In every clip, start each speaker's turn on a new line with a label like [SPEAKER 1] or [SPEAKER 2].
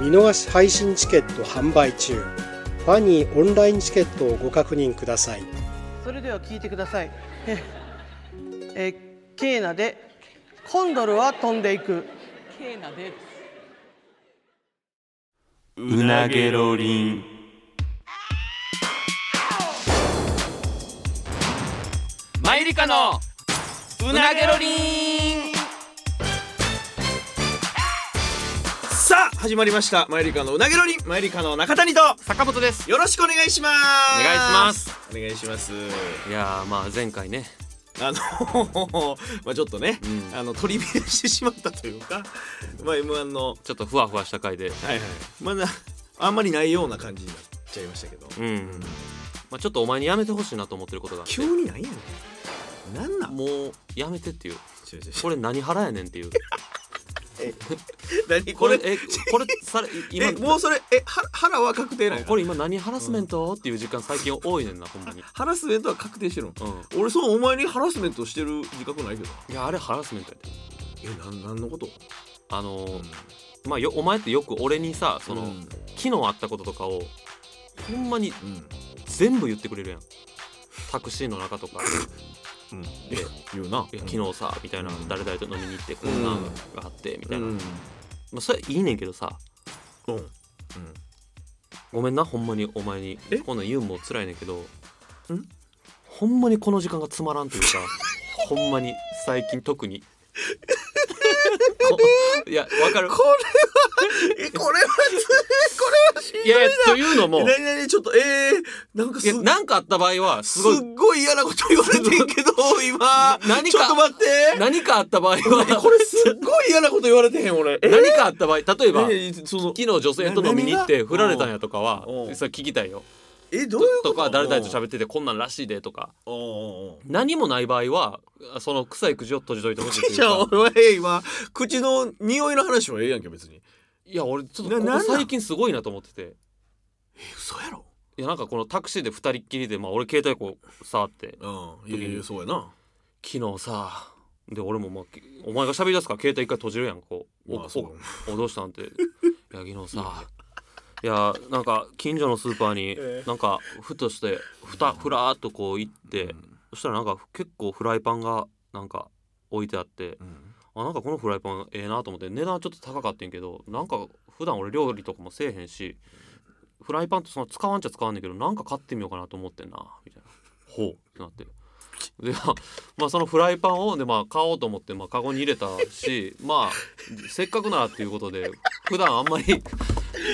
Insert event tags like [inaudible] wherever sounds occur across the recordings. [SPEAKER 1] 見逃し配信チケット販売中ファニーオンラインチケットをご確認ください
[SPEAKER 2] それでは聞いてください。えーえーケーナでコンドルは飛んでいく。
[SPEAKER 3] ケーナで
[SPEAKER 4] うなげろりんマイリカのうなげろりん
[SPEAKER 5] さあ始まりましたマユリカのうなげろりんマユリカの中谷と
[SPEAKER 4] 坂本です
[SPEAKER 5] よろしくお願いします
[SPEAKER 4] お願いします
[SPEAKER 5] お願いします
[SPEAKER 4] いやーまあ前回ね
[SPEAKER 5] あの [laughs] まあちょっとね、
[SPEAKER 4] うん
[SPEAKER 5] あの取り乱してしまったというかまあ M1 の
[SPEAKER 4] ちょっとふわふわした回で
[SPEAKER 5] はいはいまだあんまりないような感じになっちゃいましたけど、
[SPEAKER 4] うん、まあ、ちょっとお前にやめてほしいなと思ってることがあって
[SPEAKER 5] 急になんやねんなんなん
[SPEAKER 4] もうやめてっていう
[SPEAKER 5] ちょちょちょ
[SPEAKER 4] これ何腹やねんっていう
[SPEAKER 5] 何
[SPEAKER 4] こ
[SPEAKER 5] こ
[SPEAKER 4] れ
[SPEAKER 5] れ
[SPEAKER 4] えこれされ今
[SPEAKER 5] えもうそれえは腹は確定なんや
[SPEAKER 4] これ今何ハラスメントっていう時間最近多いねんなほんまに
[SPEAKER 5] ハラスメントは確定してるの、
[SPEAKER 4] う
[SPEAKER 5] 俺そうお前にハラスメントしてる自覚ないけど
[SPEAKER 4] いやあれハラスメントやで
[SPEAKER 5] えなんなんのこと、
[SPEAKER 4] あのーまあよお前ってよく俺にさその、
[SPEAKER 5] うん
[SPEAKER 4] 昨日あったこととかをほんまに
[SPEAKER 5] うん
[SPEAKER 4] 全部言ってくれるやんタクシーの中とか
[SPEAKER 5] うん、
[SPEAKER 4] で
[SPEAKER 5] 言うな
[SPEAKER 4] 「いや昨日さ」みたいな
[SPEAKER 5] うん
[SPEAKER 4] 誰々と飲みに行ってこんなんがあってみたいな、
[SPEAKER 5] うん
[SPEAKER 4] まあ、それはいいねんけどさ
[SPEAKER 5] うん
[SPEAKER 4] ごめんなほんまにお前に
[SPEAKER 5] え
[SPEAKER 4] こんなん言うんも辛いねんけど
[SPEAKER 5] ん
[SPEAKER 4] ほんまにこの時間がつまらん
[SPEAKER 5] [laughs]
[SPEAKER 4] というかほんまに最近特にこいやわかる
[SPEAKER 5] これはえこれはつこれはしんどい
[SPEAKER 4] いやいやというのも
[SPEAKER 5] なになにちょっとえー、なんか
[SPEAKER 4] い
[SPEAKER 5] す
[SPEAKER 4] やなんかあった場合はす
[SPEAKER 5] す
[SPEAKER 4] ごい
[SPEAKER 5] ごい嫌なこと言われてんけ
[SPEAKER 4] [laughs]
[SPEAKER 5] ど今
[SPEAKER 4] 何か
[SPEAKER 5] ちょっと待って
[SPEAKER 4] 何かあった場合
[SPEAKER 5] [laughs] え
[SPEAKER 4] は
[SPEAKER 5] これすっごい嫌なこと言われてへん俺え
[SPEAKER 4] 何かあった場合例えば
[SPEAKER 5] えその
[SPEAKER 4] 昨日女性と飲みに行って
[SPEAKER 5] な何が
[SPEAKER 4] 振られたんやとかは
[SPEAKER 5] うんうん
[SPEAKER 4] それ聞きたいよ
[SPEAKER 5] えどういうこと
[SPEAKER 4] とか誰々と喋
[SPEAKER 5] っ
[SPEAKER 4] っててこんなんらしいでとか
[SPEAKER 5] て
[SPEAKER 4] 何もない場合はその臭い口を閉じといてほしいとい
[SPEAKER 5] じゃあ
[SPEAKER 4] うか
[SPEAKER 5] 俺はえ今口の匂いの話はええやんけ別に
[SPEAKER 4] いや俺ちょっとこ
[SPEAKER 5] なな
[SPEAKER 4] こ
[SPEAKER 5] んなん
[SPEAKER 4] 最近すごいなと思ってて
[SPEAKER 5] 嘘やろ
[SPEAKER 4] いやなんかこのタクシーで2人っきりでまあ俺携帯こう触って
[SPEAKER 5] うんいやいやそうやな
[SPEAKER 4] 昨日さで俺もまあきお前が喋り出すから携帯一回閉じるやんこうお
[SPEAKER 5] まあそう
[SPEAKER 4] おおどうしたんっ
[SPEAKER 5] [laughs]
[SPEAKER 4] ていや昨日さいやなんか近所のスーパーに
[SPEAKER 5] ええ
[SPEAKER 4] なんかふとしてふたふらーっとこう行って、そしたらなんか結構フライパンがなんか置いてあって
[SPEAKER 5] うん
[SPEAKER 4] あなんかこのフライパンええなと思って値段ちょっと高かってんけどなんか普段俺料理とかもせえへんしフライパンってその使わんちゃ使わんねんけどなんか買ってみようかなと思ってんなみたいなほうってなってでまあまあそのフライパンをでまあ買おうと思ってまあカゴに入れたしまあせっかくならっていうことで普段あんまり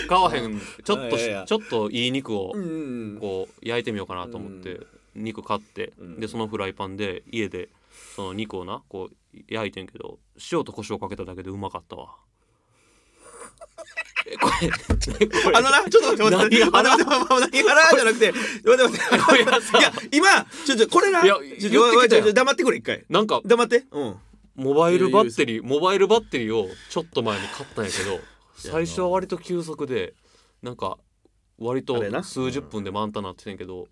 [SPEAKER 4] 買わへんちょっと
[SPEAKER 5] いや
[SPEAKER 4] し
[SPEAKER 5] いや
[SPEAKER 4] ちょっといい肉を
[SPEAKER 5] うんうん
[SPEAKER 4] こう焼いてみようかなと思って肉買って
[SPEAKER 5] うん
[SPEAKER 4] でそのフライパンで家でその肉をなこう焼いてんけど塩と胡椒かけただけでうまかったわえこれえこれ
[SPEAKER 5] あのな、ちょっと待って待って。
[SPEAKER 4] 何
[SPEAKER 5] あのまあまあ何腹じゃなくて、待って待
[SPEAKER 4] いや
[SPEAKER 5] って。いや、今、ちょ、ちょ、これな、
[SPEAKER 4] いや
[SPEAKER 5] ちょ
[SPEAKER 4] 言ってき
[SPEAKER 5] ちょ
[SPEAKER 4] たやん
[SPEAKER 5] おいちょちょ黙ってくれ、一回。
[SPEAKER 4] なんか
[SPEAKER 5] 黙って。うん。
[SPEAKER 4] モバイルバッテリーモバイルバッテリーをちょっと前に買ったんやけど [laughs] 最初は割と急速でなんか割
[SPEAKER 5] あれ
[SPEAKER 4] と
[SPEAKER 5] な
[SPEAKER 4] 数十分で満タンなっててんけど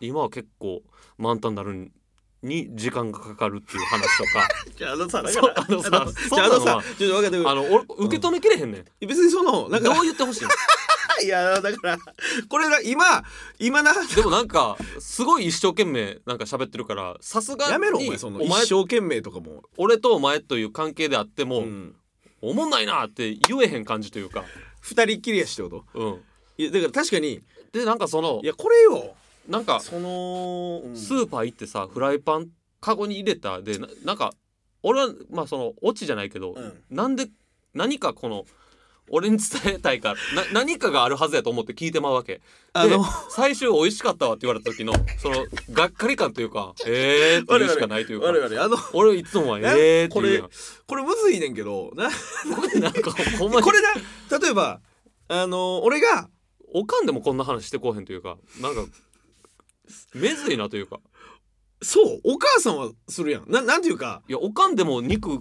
[SPEAKER 4] 今は結構満タンになるに時間がかかるっていう話とか
[SPEAKER 5] じゃあ、あのさ、だか
[SPEAKER 4] そう
[SPEAKER 5] ら
[SPEAKER 4] あの
[SPEAKER 5] あ
[SPEAKER 4] さそ
[SPEAKER 5] の
[SPEAKER 4] う
[SPEAKER 5] じゃああの
[SPEAKER 4] なの
[SPEAKER 5] さ
[SPEAKER 4] は、
[SPEAKER 5] ちょっと分かってく [laughs]
[SPEAKER 4] あ
[SPEAKER 5] れ
[SPEAKER 4] の俺受け止めきれへんねん
[SPEAKER 5] 別にその、なん
[SPEAKER 4] どう
[SPEAKER 5] か、
[SPEAKER 4] 言ってほしいの
[SPEAKER 5] いや、だから、これな、今、今な、
[SPEAKER 4] でもなんかすごい一生懸命なんか喋ってるからさすがに
[SPEAKER 5] やめろ、お前、その、一生懸命とかも。
[SPEAKER 4] 俺とお前という関係であっても、
[SPEAKER 5] うん
[SPEAKER 4] おもんないなって言えへん感じというか、
[SPEAKER 5] 二人っきりやしってこと
[SPEAKER 4] うん、
[SPEAKER 5] いや、だから確かに、
[SPEAKER 4] でなんかその
[SPEAKER 5] いや、これよ。
[SPEAKER 4] なんか
[SPEAKER 5] その、うん
[SPEAKER 4] スーパー行ってさフライパンカゴに入れたでななんか俺はまあそのオチじゃないけど、
[SPEAKER 5] うん
[SPEAKER 4] なんで何かこの俺に伝えたいかな何かがあるはずやと思って聞いてまうわけで
[SPEAKER 5] あの
[SPEAKER 4] 最終美味しかったわって言われた時のそのがっかり感という
[SPEAKER 5] [laughs]
[SPEAKER 4] かええー、っていうしかないというか
[SPEAKER 5] 我々、あの、
[SPEAKER 4] 俺いつもはええー、って
[SPEAKER 5] こ
[SPEAKER 4] いう
[SPEAKER 5] れ
[SPEAKER 4] やん、
[SPEAKER 5] これむずいねんけど、な、
[SPEAKER 4] なんかほんまに
[SPEAKER 5] これな例えばあの俺が
[SPEAKER 4] おかんでもこんな話してこうへんというかなんかめずいなというか
[SPEAKER 5] そうお母さんはするやんななんていうか
[SPEAKER 4] いやおかんでも肉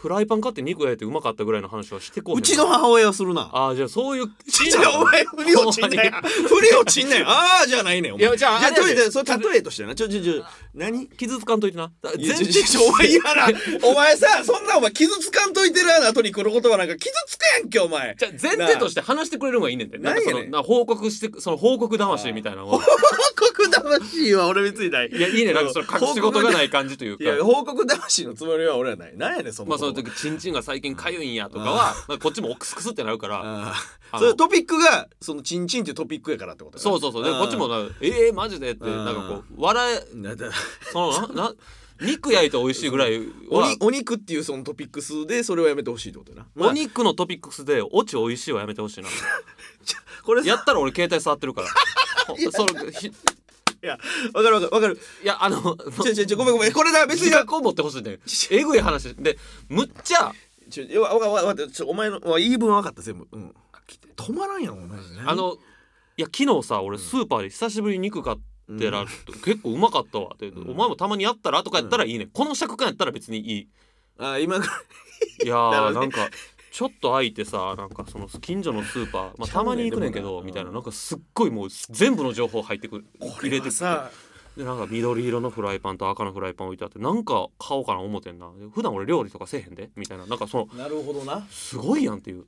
[SPEAKER 4] フライパン買って肉焼いてうまかったぐらいの話はしてこうへん
[SPEAKER 5] うちの母親はするな [laughs]
[SPEAKER 4] ああじゃあそういう
[SPEAKER 5] ちょお前振り落ちんなよ振り落ちんなよああじゃないねんお前
[SPEAKER 4] いやじゃあ
[SPEAKER 5] じゃ
[SPEAKER 4] あれやで
[SPEAKER 5] とりあえずそれ例えとしてなちょちょちょ何
[SPEAKER 4] 傷つかんといてなだ
[SPEAKER 5] いや
[SPEAKER 4] 全
[SPEAKER 5] ちょちょちょお前今なお前さそんなお前傷つかんといてるあ後に来る言葉なんか傷つくやんけお前
[SPEAKER 4] じゃあ前提として話してくれるのがいいねんてなんかそ
[SPEAKER 5] なん
[SPEAKER 4] の
[SPEAKER 5] やねん
[SPEAKER 4] な報告してくその報告魂みたいなのを
[SPEAKER 5] 報告魂は俺別にない
[SPEAKER 4] いやいいねなんかその隠し事がない感じという
[SPEAKER 5] いや
[SPEAKER 4] か
[SPEAKER 5] 報告魂のつもりは俺はないなんやねんそ
[SPEAKER 4] ま
[SPEAKER 5] も
[SPEAKER 4] あそ
[SPEAKER 5] そ
[SPEAKER 4] の
[SPEAKER 5] も
[SPEAKER 4] 時チンチンが最近かゆいんやとかはまあこっちもオックスクスってなるから
[SPEAKER 5] あ
[SPEAKER 4] あ
[SPEAKER 5] あ
[SPEAKER 4] の
[SPEAKER 5] それトピックがそのチンチンっていうトピックやからってことやな
[SPEAKER 4] そうそうそうで
[SPEAKER 5] ああ
[SPEAKER 4] こっちもなええマジでって
[SPEAKER 5] うん
[SPEAKER 4] なんかこう笑え [laughs]
[SPEAKER 5] なだ
[SPEAKER 4] そのなな肉焼いて美味しいぐらい
[SPEAKER 5] お
[SPEAKER 4] は
[SPEAKER 5] にお肉っていうそのトピックスでそれはやめてほしいってことやな、まあ
[SPEAKER 4] お肉のトピックスでオチ美味しいはやめてほ
[SPEAKER 5] [laughs]
[SPEAKER 4] しいな
[SPEAKER 5] これさ
[SPEAKER 4] やったら俺携帯触ってるからほそのひ
[SPEAKER 5] いやわかるわかるわかる
[SPEAKER 4] いやあの
[SPEAKER 5] ちょちょちょごめ
[SPEAKER 4] [laughs]
[SPEAKER 5] んごめんこれだ別
[SPEAKER 4] 自
[SPEAKER 5] にな
[SPEAKER 4] 覚を持ってほしいねえぐい話でむっちゃ
[SPEAKER 5] ちょいやわわわわちょお前のわ言い分わかった全部うん止まらんやろお前
[SPEAKER 4] あのいや昨日さ俺スーパーで久しぶりに肉買ってら、結構うまかったわって、
[SPEAKER 5] うん
[SPEAKER 4] お前もたまにやったらとかやったらいいね、この尺感やったら別にいい
[SPEAKER 5] 何あ今から
[SPEAKER 4] いや
[SPEAKER 5] なる
[SPEAKER 4] ー
[SPEAKER 5] ほど
[SPEAKER 4] な
[SPEAKER 5] ね
[SPEAKER 4] んかちょっと空いてさなんかその近所のスーパー、まあ、
[SPEAKER 5] ちゃ
[SPEAKER 4] た
[SPEAKER 5] うね
[SPEAKER 4] まに行くねんけ
[SPEAKER 5] でも
[SPEAKER 4] ど
[SPEAKER 5] な
[SPEAKER 4] みたいななんかすっごいもう全部の情報入ってくる入れてくる
[SPEAKER 5] さ
[SPEAKER 4] でなんか緑色のフライパンと赤のフライパン置いてあってなんか買おうかな思てんなで普段俺料理とかせえへんでみたいななんかその
[SPEAKER 5] なるほどな
[SPEAKER 4] すごいやんっていう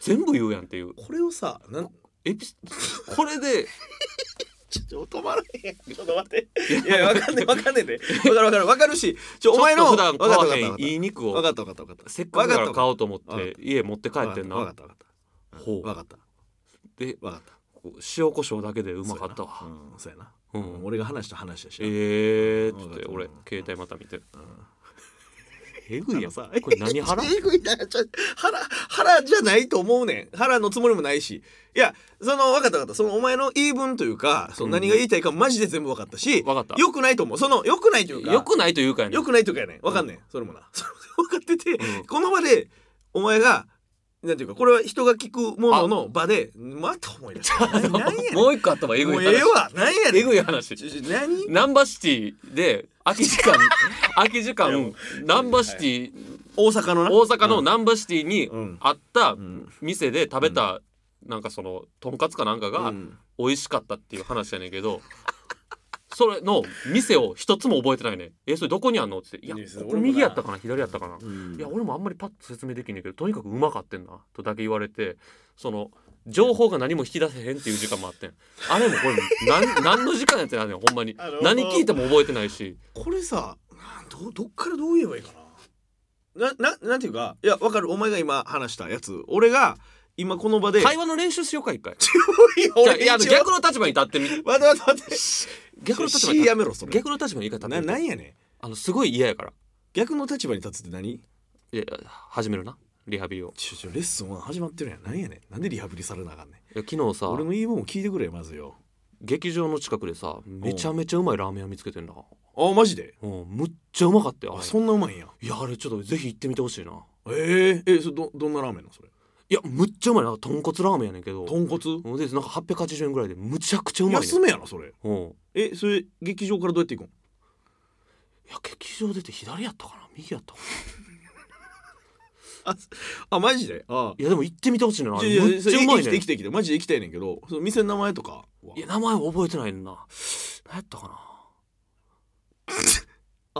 [SPEAKER 4] 全部言うやんっていう
[SPEAKER 5] これをさなん
[SPEAKER 4] エピ [laughs] これで
[SPEAKER 5] ちょっと止まらへんちょっと待っていやわかんねえわかんねえでわかるわかるわかるしちょ [laughs] お前の
[SPEAKER 4] ちょっと普段買わへ
[SPEAKER 5] わか
[SPEAKER 4] ん
[SPEAKER 5] った
[SPEAKER 4] いい肉
[SPEAKER 5] わ
[SPEAKER 4] を
[SPEAKER 5] かったわかったわかった
[SPEAKER 4] せっかくだから買おうと思っ
[SPEAKER 5] わかって
[SPEAKER 4] 家持って帰ってん
[SPEAKER 5] わか
[SPEAKER 4] な
[SPEAKER 5] ったわかった
[SPEAKER 4] ほう
[SPEAKER 5] わかった
[SPEAKER 4] で
[SPEAKER 5] わかった
[SPEAKER 4] 塩コショウだけでうまかったわ
[SPEAKER 5] そうやな
[SPEAKER 4] う
[SPEAKER 5] うんん俺が話した話だしな
[SPEAKER 4] えーっつ
[SPEAKER 5] わ
[SPEAKER 4] っ
[SPEAKER 5] かってた
[SPEAKER 4] 俺携帯また見て
[SPEAKER 5] ん
[SPEAKER 4] えぐいや
[SPEAKER 5] あの
[SPEAKER 4] ん
[SPEAKER 5] さ
[SPEAKER 4] これ何
[SPEAKER 5] [laughs]
[SPEAKER 4] 腹
[SPEAKER 5] えぐいなちょ腹腹じゃないと思うねん腹のつもりもないしいやその分かった分かったそのお前の言い分というかその何が言いたいかマジで全部分かったし
[SPEAKER 4] 分かった
[SPEAKER 5] よくないと思うそのよくないというか
[SPEAKER 4] よくないというかやね
[SPEAKER 5] よくないというかやねん分かんねん、それもなそ [laughs] れ分かってて、
[SPEAKER 4] うん
[SPEAKER 5] この場でお前がなんていうかこれは人が聞くものの場でまた思い
[SPEAKER 4] [laughs]
[SPEAKER 5] 出した何やねん
[SPEAKER 4] もう一個あったわえぐい
[SPEAKER 5] もう
[SPEAKER 4] 話
[SPEAKER 5] ええわ何やねん
[SPEAKER 4] えぐい話
[SPEAKER 5] ちょちょ何
[SPEAKER 4] ナンバーシティで空き時
[SPEAKER 5] [laughs]
[SPEAKER 4] 間空き時間ナンバーシティ
[SPEAKER 5] 大阪のな
[SPEAKER 4] 大阪の
[SPEAKER 5] うん
[SPEAKER 4] ナンバーシティに
[SPEAKER 5] うん
[SPEAKER 4] あった
[SPEAKER 5] ん
[SPEAKER 4] 店で食べたなんかそのとんかつかなんか
[SPEAKER 5] う
[SPEAKER 4] が
[SPEAKER 5] ん
[SPEAKER 4] 美味しかったっていう話やねんけどそれの店を一つも覚えてないねんえそれどこにあんのって言って「い
[SPEAKER 5] い
[SPEAKER 4] や
[SPEAKER 5] いですね
[SPEAKER 4] ここ右やったかな左やったかな」
[SPEAKER 5] うん
[SPEAKER 4] いや俺もあんまりパッと説明できんねんけどとにかくうまかってんなとだけ言われてその情報が何も引き出せへんっていう時間もあってんあれもこれ何
[SPEAKER 5] [laughs]
[SPEAKER 4] 何の時間やってんあれほんまに
[SPEAKER 5] あのー
[SPEAKER 4] 何聞いても覚えてないし
[SPEAKER 5] これさなんどどっからどう言えばいいかななななんていうかいやわかるお前が今話したやつ俺が今この場で
[SPEAKER 4] 会話の練習しようか一回じゃあ
[SPEAKER 5] 俺
[SPEAKER 4] いやあの
[SPEAKER 5] 一応
[SPEAKER 4] 逆の立場に立ってみ
[SPEAKER 5] 待って待って待って
[SPEAKER 4] 逆の立場に
[SPEAKER 5] C や
[SPEAKER 4] 立
[SPEAKER 5] めろそれ
[SPEAKER 4] 逆の立場に一回立って
[SPEAKER 5] な
[SPEAKER 4] みて
[SPEAKER 5] なんやねん
[SPEAKER 4] あのすごい嫌やから
[SPEAKER 5] 逆の立場に立つって何
[SPEAKER 4] いや始めるなリハビリを
[SPEAKER 5] ちょちょレッスンは始まってるやんなんやねんなんでリハビリされなあかんねん
[SPEAKER 4] いや昨日さ
[SPEAKER 5] 俺の言い分も聞いてくれよまずよ
[SPEAKER 4] 劇場の近くでさめちゃめちゃうまいラーメン屋見つけてんな
[SPEAKER 5] あマジで
[SPEAKER 4] うんむっちゃうまかったよあ
[SPEAKER 5] あ
[SPEAKER 4] れ
[SPEAKER 5] そんなうまいんや
[SPEAKER 4] いやあれちょっとぜひ行ってみてほしいな
[SPEAKER 5] えええそれどどんなラーメンのそれ
[SPEAKER 4] いやむっちゃうまいな豚骨ラーメンやねんけど
[SPEAKER 5] 豚骨
[SPEAKER 4] でなんか880円ぐらいでむちゃくちゃうまい
[SPEAKER 5] 安
[SPEAKER 4] ね
[SPEAKER 5] めやろそれ
[SPEAKER 4] うんい
[SPEAKER 5] えそれ劇場からどうやって行くん
[SPEAKER 4] や劇場出て左やったかな右やったかな
[SPEAKER 5] ああマジでああ
[SPEAKER 4] いやでも行ってみてほしいなあ
[SPEAKER 5] い
[SPEAKER 4] れ
[SPEAKER 5] やいや
[SPEAKER 4] むっちゃうまいね
[SPEAKER 5] それ生きて生きて生きてマジで生きたいねんけどその店の名前とかはい
[SPEAKER 4] や名前覚えてないねんな何やったかな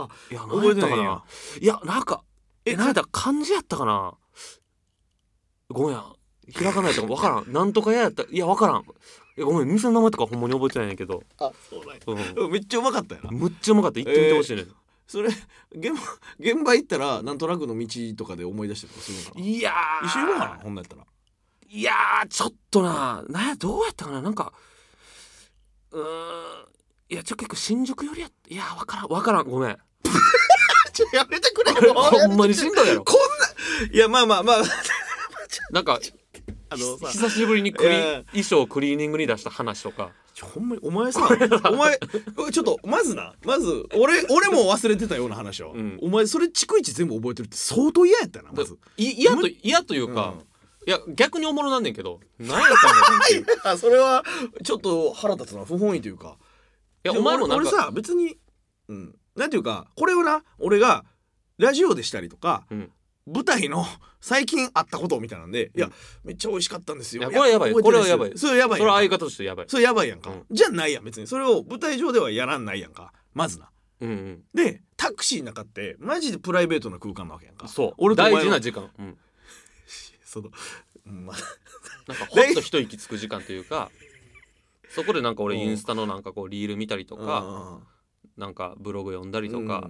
[SPEAKER 5] あ
[SPEAKER 4] いや何
[SPEAKER 5] 覚
[SPEAKER 4] や
[SPEAKER 5] え
[SPEAKER 4] ってたか
[SPEAKER 5] ないんや
[SPEAKER 4] ないやなんかえ
[SPEAKER 5] え
[SPEAKER 4] 何やった漢字やったかなごめん開かないと分からんなんとかややったいや分からんえごめん店の名前とかほんまに覚えてないねんけど、
[SPEAKER 5] あそうなんや
[SPEAKER 4] うん、
[SPEAKER 5] めっちゃうまかったよな
[SPEAKER 4] むっちゃうまかった行ってみてほしいねん、
[SPEAKER 5] それ現場現場行ったらなんとなくの道とかで思い出したりとかするのかない
[SPEAKER 4] やー
[SPEAKER 5] 一緒に行こうかなほんなんやったら
[SPEAKER 4] いやーちょっとななんやどうやったかななんかうーんいやちょ結構新宿よりやっいやわからんわからんごめん
[SPEAKER 5] ちょやめてくれ
[SPEAKER 4] [laughs] ほんまにしんどいやろ
[SPEAKER 5] こんないやまあまあまあ
[SPEAKER 4] なんか
[SPEAKER 5] あのさ
[SPEAKER 4] 久しぶりにクリ、
[SPEAKER 5] いや
[SPEAKER 4] 衣装をクリーニングに出した話とか
[SPEAKER 5] ちょほんまにお前さお前ちょっとまずなまず俺俺も忘れてたような話を、
[SPEAKER 4] うん
[SPEAKER 5] お前それ逐一全部覚えてるって相当嫌やったなま
[SPEAKER 4] で
[SPEAKER 5] ず
[SPEAKER 4] い嫌と嫌というか、いや逆におもろなんねんけど何やったんだよい
[SPEAKER 5] あそれはちょっと腹立つな不本意というか
[SPEAKER 4] や
[SPEAKER 5] で
[SPEAKER 4] お
[SPEAKER 5] も
[SPEAKER 4] 前もなん
[SPEAKER 5] 俺
[SPEAKER 4] か
[SPEAKER 5] 俺さ別に、うん、なんていうかこれをな俺がラジオでしたりとか、
[SPEAKER 4] うん
[SPEAKER 5] 舞台の最近あったことみたいなんで、いやめっちゃ美味しかったんですよ
[SPEAKER 4] いやこれはやばい
[SPEAKER 5] 覚えてなで
[SPEAKER 4] これは
[SPEAKER 5] す
[SPEAKER 4] やばい
[SPEAKER 5] それやばい
[SPEAKER 4] それは相
[SPEAKER 5] やんか
[SPEAKER 4] 方としてやばい
[SPEAKER 5] それやばいやんか、
[SPEAKER 4] うん
[SPEAKER 5] じゃないやん別にそれを舞台上ではやらんないやんかまずな
[SPEAKER 4] うんうん
[SPEAKER 5] でタクシーの中ってマジでプライベートな空間なわけやんか
[SPEAKER 4] そう
[SPEAKER 5] 俺とお前
[SPEAKER 4] 大
[SPEAKER 5] の
[SPEAKER 4] 事な時間、うん、
[SPEAKER 5] その、まあ、
[SPEAKER 4] なんかほっと一息つく時間というかそこでなんか俺インスタのなんかこうリール見たりとか、
[SPEAKER 5] うん
[SPEAKER 4] なんかブログ読んだりとか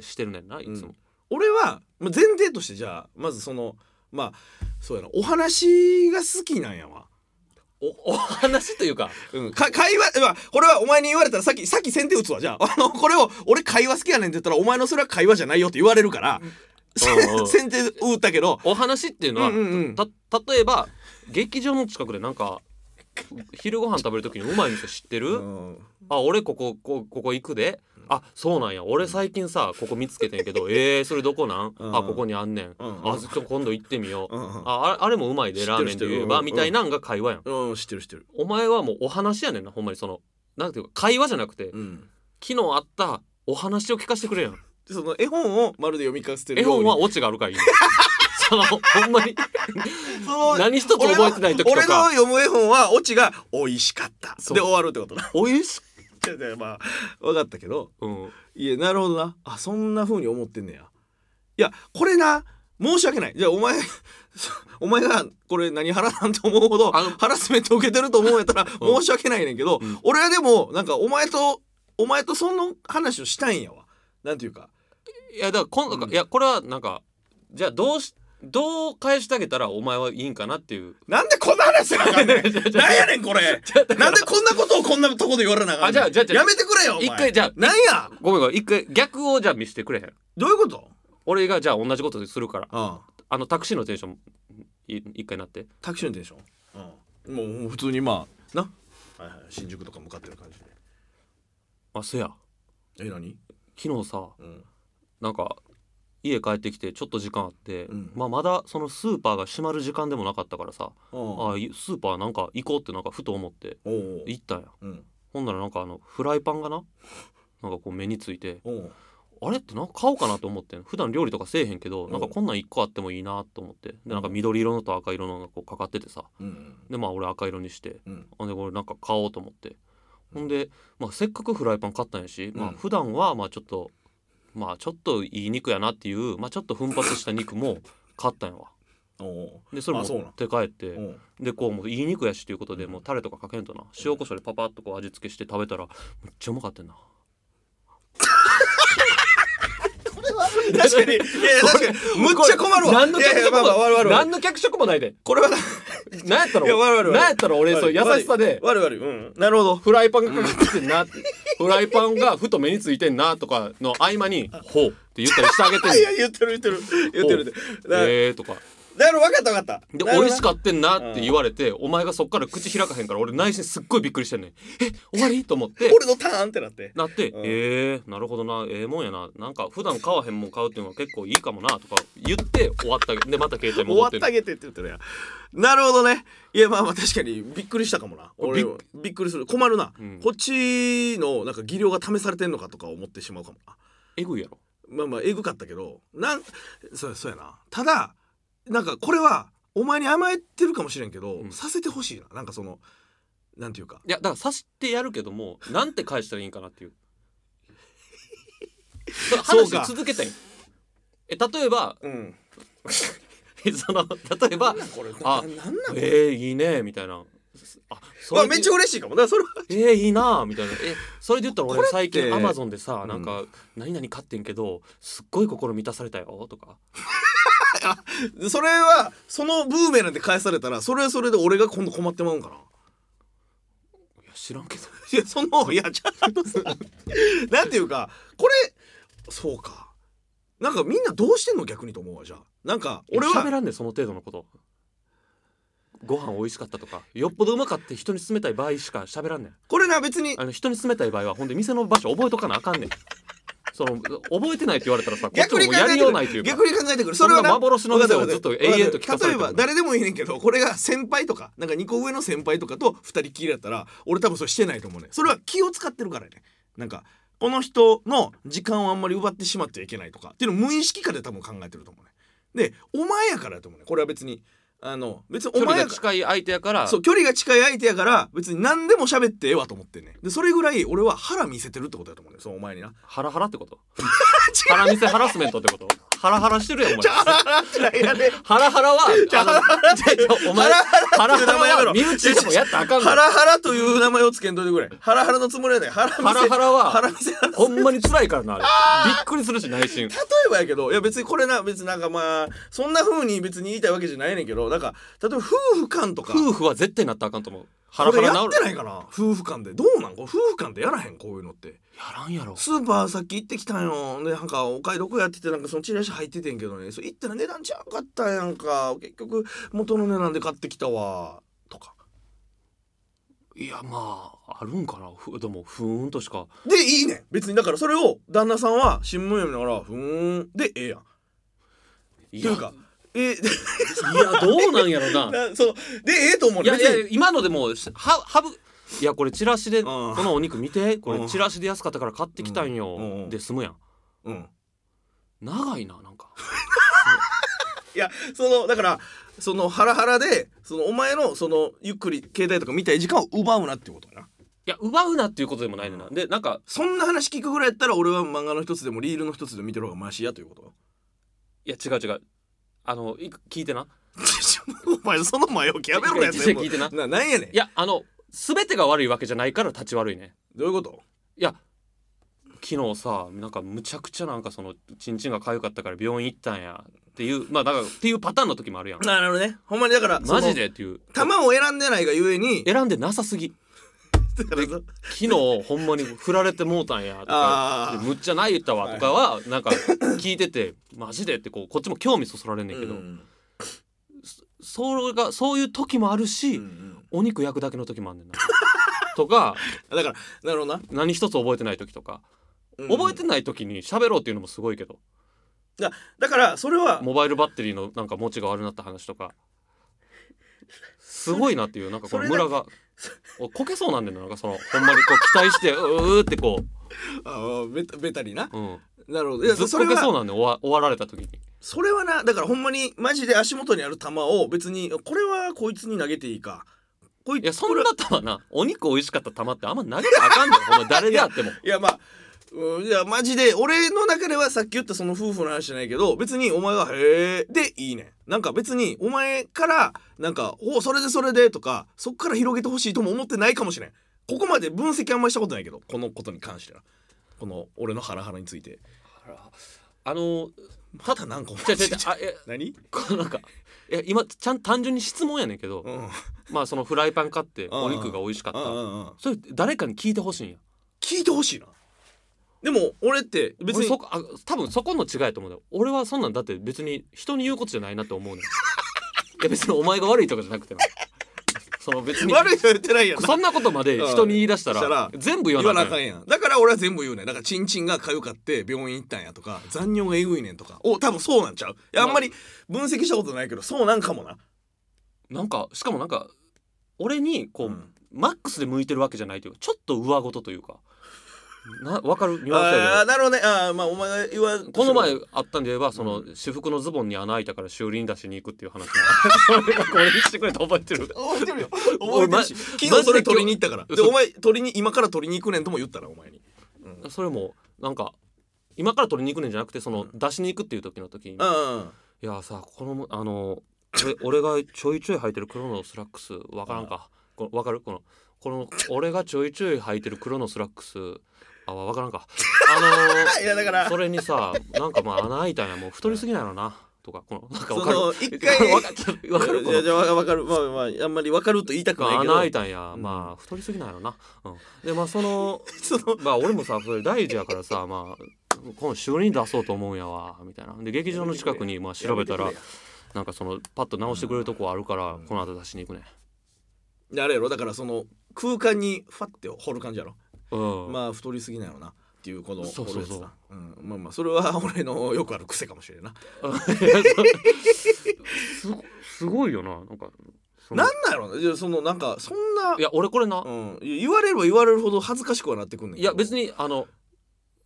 [SPEAKER 4] してるねんないつも、
[SPEAKER 5] 俺はまあ前提としてじゃあまずそのまあそうやなお話が好きなんやわ、
[SPEAKER 4] おお [laughs] 話というか
[SPEAKER 5] うん、か会話まあこれはお前に言われたらさっきさっき先手打つわじゃあ [laughs] あのこれを俺会話好きやねんって言ったらお前のそれは会話じゃないよって言われるから、せ
[SPEAKER 4] うんうん
[SPEAKER 5] [laughs] 先手打ったけど
[SPEAKER 4] お話っていうのは、
[SPEAKER 5] うんうんうん
[SPEAKER 4] た例えば劇場の近くでなんか昼ご飯食べる時にうまい店知ってる、
[SPEAKER 5] うん
[SPEAKER 4] あ俺こここここ行くであそうなんや俺最近さここ見つけてんけどえー、それどこなん、
[SPEAKER 5] うん
[SPEAKER 4] あここにあんねん、
[SPEAKER 5] うん
[SPEAKER 4] あちょっと今度行ってみよう、
[SPEAKER 5] うんうん
[SPEAKER 4] ああれあれもうまい
[SPEAKER 5] 知
[SPEAKER 4] で
[SPEAKER 5] ってる
[SPEAKER 4] ラーメンで言えば、
[SPEAKER 5] 知ってるうんうん
[SPEAKER 4] みたいなんが会話やん、
[SPEAKER 5] うん、知ってる知ってる
[SPEAKER 4] お前はもうお話やねんなほんまにそのなんていうか会話じゃなくて、
[SPEAKER 5] うん
[SPEAKER 4] 昨日あったお話を聞かせてくれやん
[SPEAKER 5] でその絵本をまるで読み聞かせてる
[SPEAKER 4] 絵
[SPEAKER 5] よう
[SPEAKER 4] 本
[SPEAKER 5] に
[SPEAKER 4] はオチがあるからいい [laughs] そのほんまに
[SPEAKER 5] その
[SPEAKER 4] 何一つ覚えてない時と
[SPEAKER 5] 俺の
[SPEAKER 4] か
[SPEAKER 5] 俺の読む絵本はオチが「美味しかった」
[SPEAKER 4] そう
[SPEAKER 5] で終わるってこと [laughs] な
[SPEAKER 4] おいし
[SPEAKER 5] じゃあじゃあまあ分かったけど
[SPEAKER 4] うん
[SPEAKER 5] いやなるほどなあそんな風に思ってんねやいやこれな申し訳ないじゃあお前 [laughs] お前がこれ何腹なんと思うほど
[SPEAKER 4] あの
[SPEAKER 5] ハラスメント受けてると思うんやったら
[SPEAKER 4] [laughs] うん
[SPEAKER 5] 申し訳ないねんけど、
[SPEAKER 4] うん
[SPEAKER 5] 俺はでもなんかお前とお前とその話をしたいんやわなんていうか
[SPEAKER 4] いやだから今度か、
[SPEAKER 5] うん
[SPEAKER 4] いやこれはなんかじゃあどうしどう返してあげたらお前はいいんかなっていう
[SPEAKER 5] なんでこんな話せなあかんねん
[SPEAKER 4] [laughs] ちょちょちょ
[SPEAKER 5] なんやねんこ
[SPEAKER 4] [laughs]
[SPEAKER 5] れなんでこんなことをこんなとこで言われなあかんねん
[SPEAKER 4] あじゃあじゃあじゃあ
[SPEAKER 5] やめてくれよお前
[SPEAKER 4] 一回じゃあ
[SPEAKER 5] なんや
[SPEAKER 4] ごめんごめん一回逆をじゃあ見せてくれへん
[SPEAKER 5] どういうこと
[SPEAKER 4] 俺がじゃあ同じことするから
[SPEAKER 5] ああ
[SPEAKER 4] あのタクシーのテンションい一回なって
[SPEAKER 5] タクシー運転でしょ、うん、もうもう普通にまあな、はいはい、新宿とか向かってる感じで
[SPEAKER 4] あせや
[SPEAKER 5] え何
[SPEAKER 4] 昨日さ
[SPEAKER 5] うん
[SPEAKER 4] なんか家帰ってきてちょっと時間あって、
[SPEAKER 5] うん
[SPEAKER 4] まあ、まだそのスーパーが閉まる時間でもなかったからさ
[SPEAKER 5] あ
[SPEAKER 4] あいスーパーなんか行こうってなんかふと思って
[SPEAKER 5] おう
[SPEAKER 4] 行ったんや
[SPEAKER 5] うん
[SPEAKER 4] ほんならなんかあのフライパンがななんかこう目について
[SPEAKER 5] おう
[SPEAKER 4] あれってなんか買おうかなと思ってん普段料理とかせえへんけどなんかこんなん1個あってもいいなと思ってでなんか緑色のと赤色のがこうかかっててさ
[SPEAKER 5] うん
[SPEAKER 4] でまあ俺赤色にして
[SPEAKER 5] うん
[SPEAKER 4] ほんで俺なんか買おうと思ってほんで、まあ、せっかくフライパン買ったんやし、ま
[SPEAKER 5] う
[SPEAKER 4] あ
[SPEAKER 5] ん
[SPEAKER 4] 普段はまあちょっとまあちょっといい肉やなっていう、まあ、ちょっと奮発した肉
[SPEAKER 5] [laughs]
[SPEAKER 4] も買ったんやわ
[SPEAKER 5] おう
[SPEAKER 4] でそれ
[SPEAKER 5] あ
[SPEAKER 4] 持
[SPEAKER 5] そう
[SPEAKER 4] って帰って
[SPEAKER 5] おう
[SPEAKER 4] でこうもういい肉やしということでもうタレとかかけんとな塩コショウでパパッとこう味付けして食べたらめっちゃうまかったな
[SPEAKER 5] 確かにいやいや確かに [laughs] むっちゃ困るわ
[SPEAKER 4] 何の
[SPEAKER 5] いや
[SPEAKER 4] 脚
[SPEAKER 5] いや
[SPEAKER 4] 色
[SPEAKER 5] まあまあ悪い悪
[SPEAKER 4] も
[SPEAKER 5] い悪い
[SPEAKER 4] 何の脚色もないで
[SPEAKER 5] これは
[SPEAKER 4] 何やったら
[SPEAKER 5] いや悪い悪い
[SPEAKER 4] 何やったら俺そう優しさで
[SPEAKER 5] 悪い悪い悪いうんなるほど
[SPEAKER 4] フライパンがかかっててんなってフライパンがふと目についてんなとかの合間に「ほう」って言ったりしてあげてん
[SPEAKER 5] いや
[SPEAKER 4] の
[SPEAKER 5] 言ってる言ってる言ってる言ってるだ
[SPEAKER 4] えーとか
[SPEAKER 5] なるほど分かった分かった
[SPEAKER 4] で「
[SPEAKER 5] なるほど
[SPEAKER 4] 美味しかってんな」って言われてお前がそっから口開かへんから俺内心すっごいびっくりしてんねんえ終わりと思って
[SPEAKER 5] [laughs] 俺のターンってなって
[SPEAKER 4] なって、
[SPEAKER 5] ん
[SPEAKER 4] えー、なるほどなええもんやななんか普段買わへんもん買うっていうのは結構いいかもなとか言って終わったでまた携帯
[SPEAKER 5] 終
[SPEAKER 4] 戻
[SPEAKER 5] わ
[SPEAKER 4] っ
[SPEAKER 5] っ
[SPEAKER 4] て
[SPEAKER 5] た
[SPEAKER 4] る
[SPEAKER 5] げてって言ってるやんなるほどねいやまあまあ確かにびっくりしたかもな
[SPEAKER 4] 俺
[SPEAKER 5] 俺
[SPEAKER 4] びっ
[SPEAKER 5] びっくりする困るな、
[SPEAKER 4] うん
[SPEAKER 5] こっちのなんか技量が試されてんのかとか思ってしまうかもな
[SPEAKER 4] えぐいやろ
[SPEAKER 5] まあまあえぐかったけどなんそうそうやなただなんかこれはお前に甘えてるかもしれんけど、
[SPEAKER 4] うん
[SPEAKER 5] させてほしいななんかそのなんていうか
[SPEAKER 4] いやだからさしてやるけどもなんて返したらいいんかな
[SPEAKER 5] [laughs]
[SPEAKER 4] っていうそれ
[SPEAKER 5] そう
[SPEAKER 4] 話
[SPEAKER 5] か
[SPEAKER 4] 続けたいえ例えば [laughs]
[SPEAKER 5] うん
[SPEAKER 4] えその例えば
[SPEAKER 5] これ
[SPEAKER 4] あ
[SPEAKER 5] ななんな
[SPEAKER 4] 「
[SPEAKER 5] ん
[SPEAKER 4] えー、いいね」みたいな「あそ
[SPEAKER 5] まあ
[SPEAKER 4] で
[SPEAKER 5] めっちゃ嬉しいかもだからそれは
[SPEAKER 4] えー、いいな」みたいな「えそれで言ったら俺最
[SPEAKER 5] これ
[SPEAKER 4] 近
[SPEAKER 5] って
[SPEAKER 4] アマゾンでさなんか何々買ってんけどすっごい心満たされたよ」とか
[SPEAKER 5] それはそのブーメランで返されたらそれはそれで俺が今度困ってまうんか
[SPEAKER 4] 「
[SPEAKER 5] な
[SPEAKER 4] いや知らんけど
[SPEAKER 5] いやそのいやちゃんと [laughs] さなんていうかこれそうかなんかみんなどうしてんの逆にと思うわじゃあなんか
[SPEAKER 4] 俺
[SPEAKER 5] 俺
[SPEAKER 4] は
[SPEAKER 5] は
[SPEAKER 4] 喋らんねんその程度のことご飯美味しかったとかよっぽどうまかって人に勧めたい場合しか喋らんねん
[SPEAKER 5] これな別に
[SPEAKER 4] あの人に勧めたい場合はほんで店の場所覚えとかなあかんねんその覚えてないって言われたらさこっち
[SPEAKER 5] 逆
[SPEAKER 4] も
[SPEAKER 5] に
[SPEAKER 4] も
[SPEAKER 5] 考
[SPEAKER 4] う
[SPEAKER 5] え
[SPEAKER 4] や
[SPEAKER 5] て
[SPEAKER 4] り
[SPEAKER 5] く
[SPEAKER 4] よう
[SPEAKER 5] る
[SPEAKER 4] ないというか
[SPEAKER 5] 逆に考えてくるそれはな
[SPEAKER 4] そんな幻の店をずっと永遠と聞かされて
[SPEAKER 5] 例
[SPEAKER 4] も
[SPEAKER 5] えば誰でもいいねんけどこれが先輩とかなんか2個上の先輩とかと2人きりだったら俺多分それしてないと思うねんそれは気を使ってるからやねなんかこの人の時間をあんまり奪ってしまってはいけないとかっていうの無意識化で多分考えてると思うねんでお前やからやと思うねんこれは別にあの別にお
[SPEAKER 4] 距離が
[SPEAKER 5] 前やから
[SPEAKER 4] 近い相手やから
[SPEAKER 5] そう距離が近い相手やから別に何でも喋ってええわと思ってんねんでそれぐらい俺は腹見せてるってことだと思うねんそのお前に
[SPEAKER 4] [laughs]
[SPEAKER 5] な
[SPEAKER 4] ハラハラってこと
[SPEAKER 5] [laughs]
[SPEAKER 4] ハラ見せハラスメントってことハラハラしてるやんお前
[SPEAKER 5] 腹ってないやね
[SPEAKER 4] ハラハラはあの [laughs] 違う違うお前ハラハ
[SPEAKER 5] ラって名前
[SPEAKER 4] ラ
[SPEAKER 5] や
[SPEAKER 4] は
[SPEAKER 5] ろ
[SPEAKER 4] 身内でもやったらあかんの
[SPEAKER 5] ハラハラという名前をつけんといてくれ。ハラハラのつもりやない。ハラ見せ
[SPEAKER 4] ハラハラは
[SPEAKER 5] ハラ見せハラ
[SPEAKER 4] ほんまに辛いからなあれびっくりするし内心
[SPEAKER 5] 例えばやけど、いや別にこれな、別になんかまあ、そんな風に別に言いたいわけじゃないねんけど、なんか、例えば夫婦間とか、
[SPEAKER 4] 夫婦は絶対になったらあかんと思うハラ
[SPEAKER 5] こ
[SPEAKER 4] ハ
[SPEAKER 5] れ
[SPEAKER 4] ラ
[SPEAKER 5] や
[SPEAKER 4] な
[SPEAKER 5] っ
[SPEAKER 4] る
[SPEAKER 5] てないかな夫婦間で。どうなんこれ夫婦間でやらへんこういうのって。
[SPEAKER 4] やらんやろ
[SPEAKER 5] スーパーさっき行ってきたんよ。で、なんか、お買い得やってて、なんかそのチラシ入っててんけどね、そう行ったら値段ちゃうかったやんか。結局、元の値段で買ってきたわ。とか。
[SPEAKER 4] いやまああるんかなふでもふーんとしか
[SPEAKER 5] でいいねん別にだからそれを旦那さんは新聞読みながらふーんでええやん
[SPEAKER 4] い
[SPEAKER 5] と
[SPEAKER 4] や
[SPEAKER 5] いうか
[SPEAKER 4] い
[SPEAKER 5] え
[SPEAKER 4] やどうなんやろな
[SPEAKER 5] [laughs] なそうでええと思う
[SPEAKER 4] い
[SPEAKER 5] ねん
[SPEAKER 4] やい
[SPEAKER 5] 別に
[SPEAKER 4] や今のでもしははぶいやこれチラシでこのお肉見てこ
[SPEAKER 5] う
[SPEAKER 4] れ
[SPEAKER 5] ん
[SPEAKER 4] チラシで安かったから買ってきたんよ、
[SPEAKER 5] うんうん
[SPEAKER 4] で済むやん
[SPEAKER 5] うん、
[SPEAKER 4] 長いななんか
[SPEAKER 5] いやそのだからそのハラハラでそのお前のそのゆっくり携帯とか見たい時間を奪うなってことやない
[SPEAKER 4] や奪うなっていうことでもないねんなでなんか
[SPEAKER 5] そんな話聞くぐらいやったら俺は漫画の一つでもリールの一つでも見てる方がマシやという [laughs] こと
[SPEAKER 4] いや違う違うあのい聞いてな
[SPEAKER 5] お前その前置きやめろや
[SPEAKER 4] 一時期聞いてな
[SPEAKER 5] ななんやねん
[SPEAKER 4] いやあの全てが悪いわけじゃないから立ち悪いね
[SPEAKER 5] どういうこと
[SPEAKER 4] いや昨日さなんかむちゃくちゃなんかそのちんちんが痒かったから病院行ったんやっていうまあだからっていうパターンの時もあるやん
[SPEAKER 5] なるほどねほんまにだから
[SPEAKER 4] マジでっていう
[SPEAKER 5] その弾を選んでないがゆえに
[SPEAKER 4] 選んでなさすぎ
[SPEAKER 5] だからそ
[SPEAKER 4] 昨日ほんまに振られてもうたんやとか
[SPEAKER 5] [laughs] あー
[SPEAKER 4] でむっちゃ泣いたわとかはなんか聞いててマジでってこうこっちも興味そそられんねんけど、
[SPEAKER 5] うん
[SPEAKER 4] それがそういう時もあるし、
[SPEAKER 5] うんうん
[SPEAKER 4] お肉焼くだけの時もあんねんな [laughs] とか
[SPEAKER 5] だからなるほどな
[SPEAKER 4] 何一つ覚えてない時とか
[SPEAKER 5] うん
[SPEAKER 4] 覚えてない時に喋ろうっていうのもすごいけど
[SPEAKER 5] だだからそれは
[SPEAKER 4] モバイルバッテリーのなんか持ちが悪くなった話とかすごいなっていうなんかこの
[SPEAKER 5] それだ
[SPEAKER 4] 村がおこけそうなんねんななんかそのほんまにこう期待してうーってこ
[SPEAKER 5] ああベタベタにな
[SPEAKER 4] う、うん、
[SPEAKER 5] なるほどい
[SPEAKER 4] ず
[SPEAKER 5] や
[SPEAKER 4] っと
[SPEAKER 5] そ
[SPEAKER 4] こ
[SPEAKER 5] れ
[SPEAKER 4] けそうな
[SPEAKER 5] は
[SPEAKER 4] んねん終わ終わられた時に。
[SPEAKER 5] それはなだからほんまにマジで足元にある球を別にこれはこいつに投げていいかこい
[SPEAKER 4] いやそ
[SPEAKER 5] こ
[SPEAKER 4] ん
[SPEAKER 5] れ
[SPEAKER 4] な玉なお肉美味しかった玉ってあんま投げたらあかんね
[SPEAKER 5] [laughs]
[SPEAKER 4] んお前誰であっても
[SPEAKER 5] いやまあうんいやマジで俺の中ではさっき言ったその夫婦の話じゃないけど別にお前が「へえ」でいいねんなんか別にお前からなんか「おそれでそれで」とかそっから広げてほしいとも思ってないかもしれんここまで分析あんまりしたことないけどこのことに関してはこの俺のハラハラについて
[SPEAKER 4] あの
[SPEAKER 5] まだなんか思い
[SPEAKER 4] じゃ
[SPEAKER 5] つ
[SPEAKER 4] じゃ
[SPEAKER 5] い
[SPEAKER 4] じ
[SPEAKER 5] た
[SPEAKER 4] ゃあえ
[SPEAKER 5] 何
[SPEAKER 4] このなんかいや今ちゃん単純に質問やねんけど、
[SPEAKER 5] うん
[SPEAKER 4] まあそのフライパン買って
[SPEAKER 5] ん
[SPEAKER 4] お肉が美味しかっ
[SPEAKER 5] うん
[SPEAKER 4] た
[SPEAKER 5] うんうん
[SPEAKER 4] それ誰かに聞いてほしいんや
[SPEAKER 5] 聞いてほしいなでも俺って別
[SPEAKER 4] 俺
[SPEAKER 5] に
[SPEAKER 4] そこあ多分そこの違いやと思うんだよ俺はそんなんだって別に人に言うことじゃないなって思う
[SPEAKER 5] [laughs]
[SPEAKER 4] ねんいや別にお前が悪いとかじゃなくてなその別に
[SPEAKER 5] 悪いとは言ってないやんな
[SPEAKER 4] そんなことまで人に言い出した
[SPEAKER 5] うんした
[SPEAKER 4] ら
[SPEAKER 5] ら
[SPEAKER 4] 全部言
[SPEAKER 5] 言
[SPEAKER 4] わ
[SPEAKER 5] わ
[SPEAKER 4] なあ
[SPEAKER 5] なあ
[SPEAKER 4] か
[SPEAKER 5] か
[SPEAKER 4] ん
[SPEAKER 5] んやんだから俺は全部言うねんだからチンチンが痒かって病院行ったんやとか残尿がえぐいねんとかお多分そうなんちゃういやあんまり分析したことないけどそうなんかもな
[SPEAKER 4] なんかしかもなんか俺にこう、
[SPEAKER 5] うん
[SPEAKER 4] マックスで向いてるわけじゃないというかちょっと上ごとというかな分か [laughs] るニュアンス
[SPEAKER 5] あ
[SPEAKER 4] や
[SPEAKER 5] あなるほどねああまあお前が言わ
[SPEAKER 4] けどこの前
[SPEAKER 5] うん
[SPEAKER 4] あったんで言えばその、私服のズボンに穴開いたから修理に出しに行くっていう [laughs] 話もそれがこれにしてくれた覚えてる
[SPEAKER 5] 覚えてるよ
[SPEAKER 4] おい
[SPEAKER 5] 覚えて
[SPEAKER 4] ま
[SPEAKER 5] るし昨日それ取りに行ったから
[SPEAKER 4] マジ
[SPEAKER 5] で
[SPEAKER 4] で
[SPEAKER 5] お前取りに今から取りに行くねんとも言ったなお前に
[SPEAKER 4] それもなんか今から取りに行くねんじゃなくてその、出しに行くっていう時の時に、
[SPEAKER 5] うんうんうん
[SPEAKER 4] いやさこのあの俺俺がちょいちょい履いてる黒のスラックスわからんかこわかるこのこの俺がちょいちょい履いてる黒のスラックスあわわからんかあの
[SPEAKER 5] [laughs] いやだから
[SPEAKER 4] それにさなんかまあ穴開いたんやもう太りすぎないのなとかこのなんかわか
[SPEAKER 5] そ
[SPEAKER 4] る
[SPEAKER 5] の一回
[SPEAKER 4] [laughs] わかるわかるこ
[SPEAKER 5] いや
[SPEAKER 4] の
[SPEAKER 5] じゃあわかるまあまああんまりわかると言いたくないけ
[SPEAKER 4] 穴
[SPEAKER 5] ど
[SPEAKER 4] 開い
[SPEAKER 5] [laughs]
[SPEAKER 4] たんや、まあ太りすぎないのな、うん、でまあその
[SPEAKER 5] その
[SPEAKER 4] まあ俺もさそれ大事やからさまあ今度修理に出そうと思うんやわみたいなで劇場の近くにまあ調べたらなんかそのパッと直してくれるとこあるから、この後出しに行くね
[SPEAKER 5] あれやろだからその空間にファッて掘る感じやろ
[SPEAKER 4] うん、
[SPEAKER 5] まあ太りすぎないよなってっていうこの
[SPEAKER 4] そうそうそう
[SPEAKER 5] これやつなうん、まあまあそれは俺のよくある癖かもしれんな
[SPEAKER 4] すごすごいよななんかその
[SPEAKER 5] なんだろうなじゃあそのなんかそんない
[SPEAKER 4] や俺これな、
[SPEAKER 5] うん、言われれば言われるほど恥ずかしくはなってくんねんけ
[SPEAKER 4] い
[SPEAKER 5] ど
[SPEAKER 4] や別にあの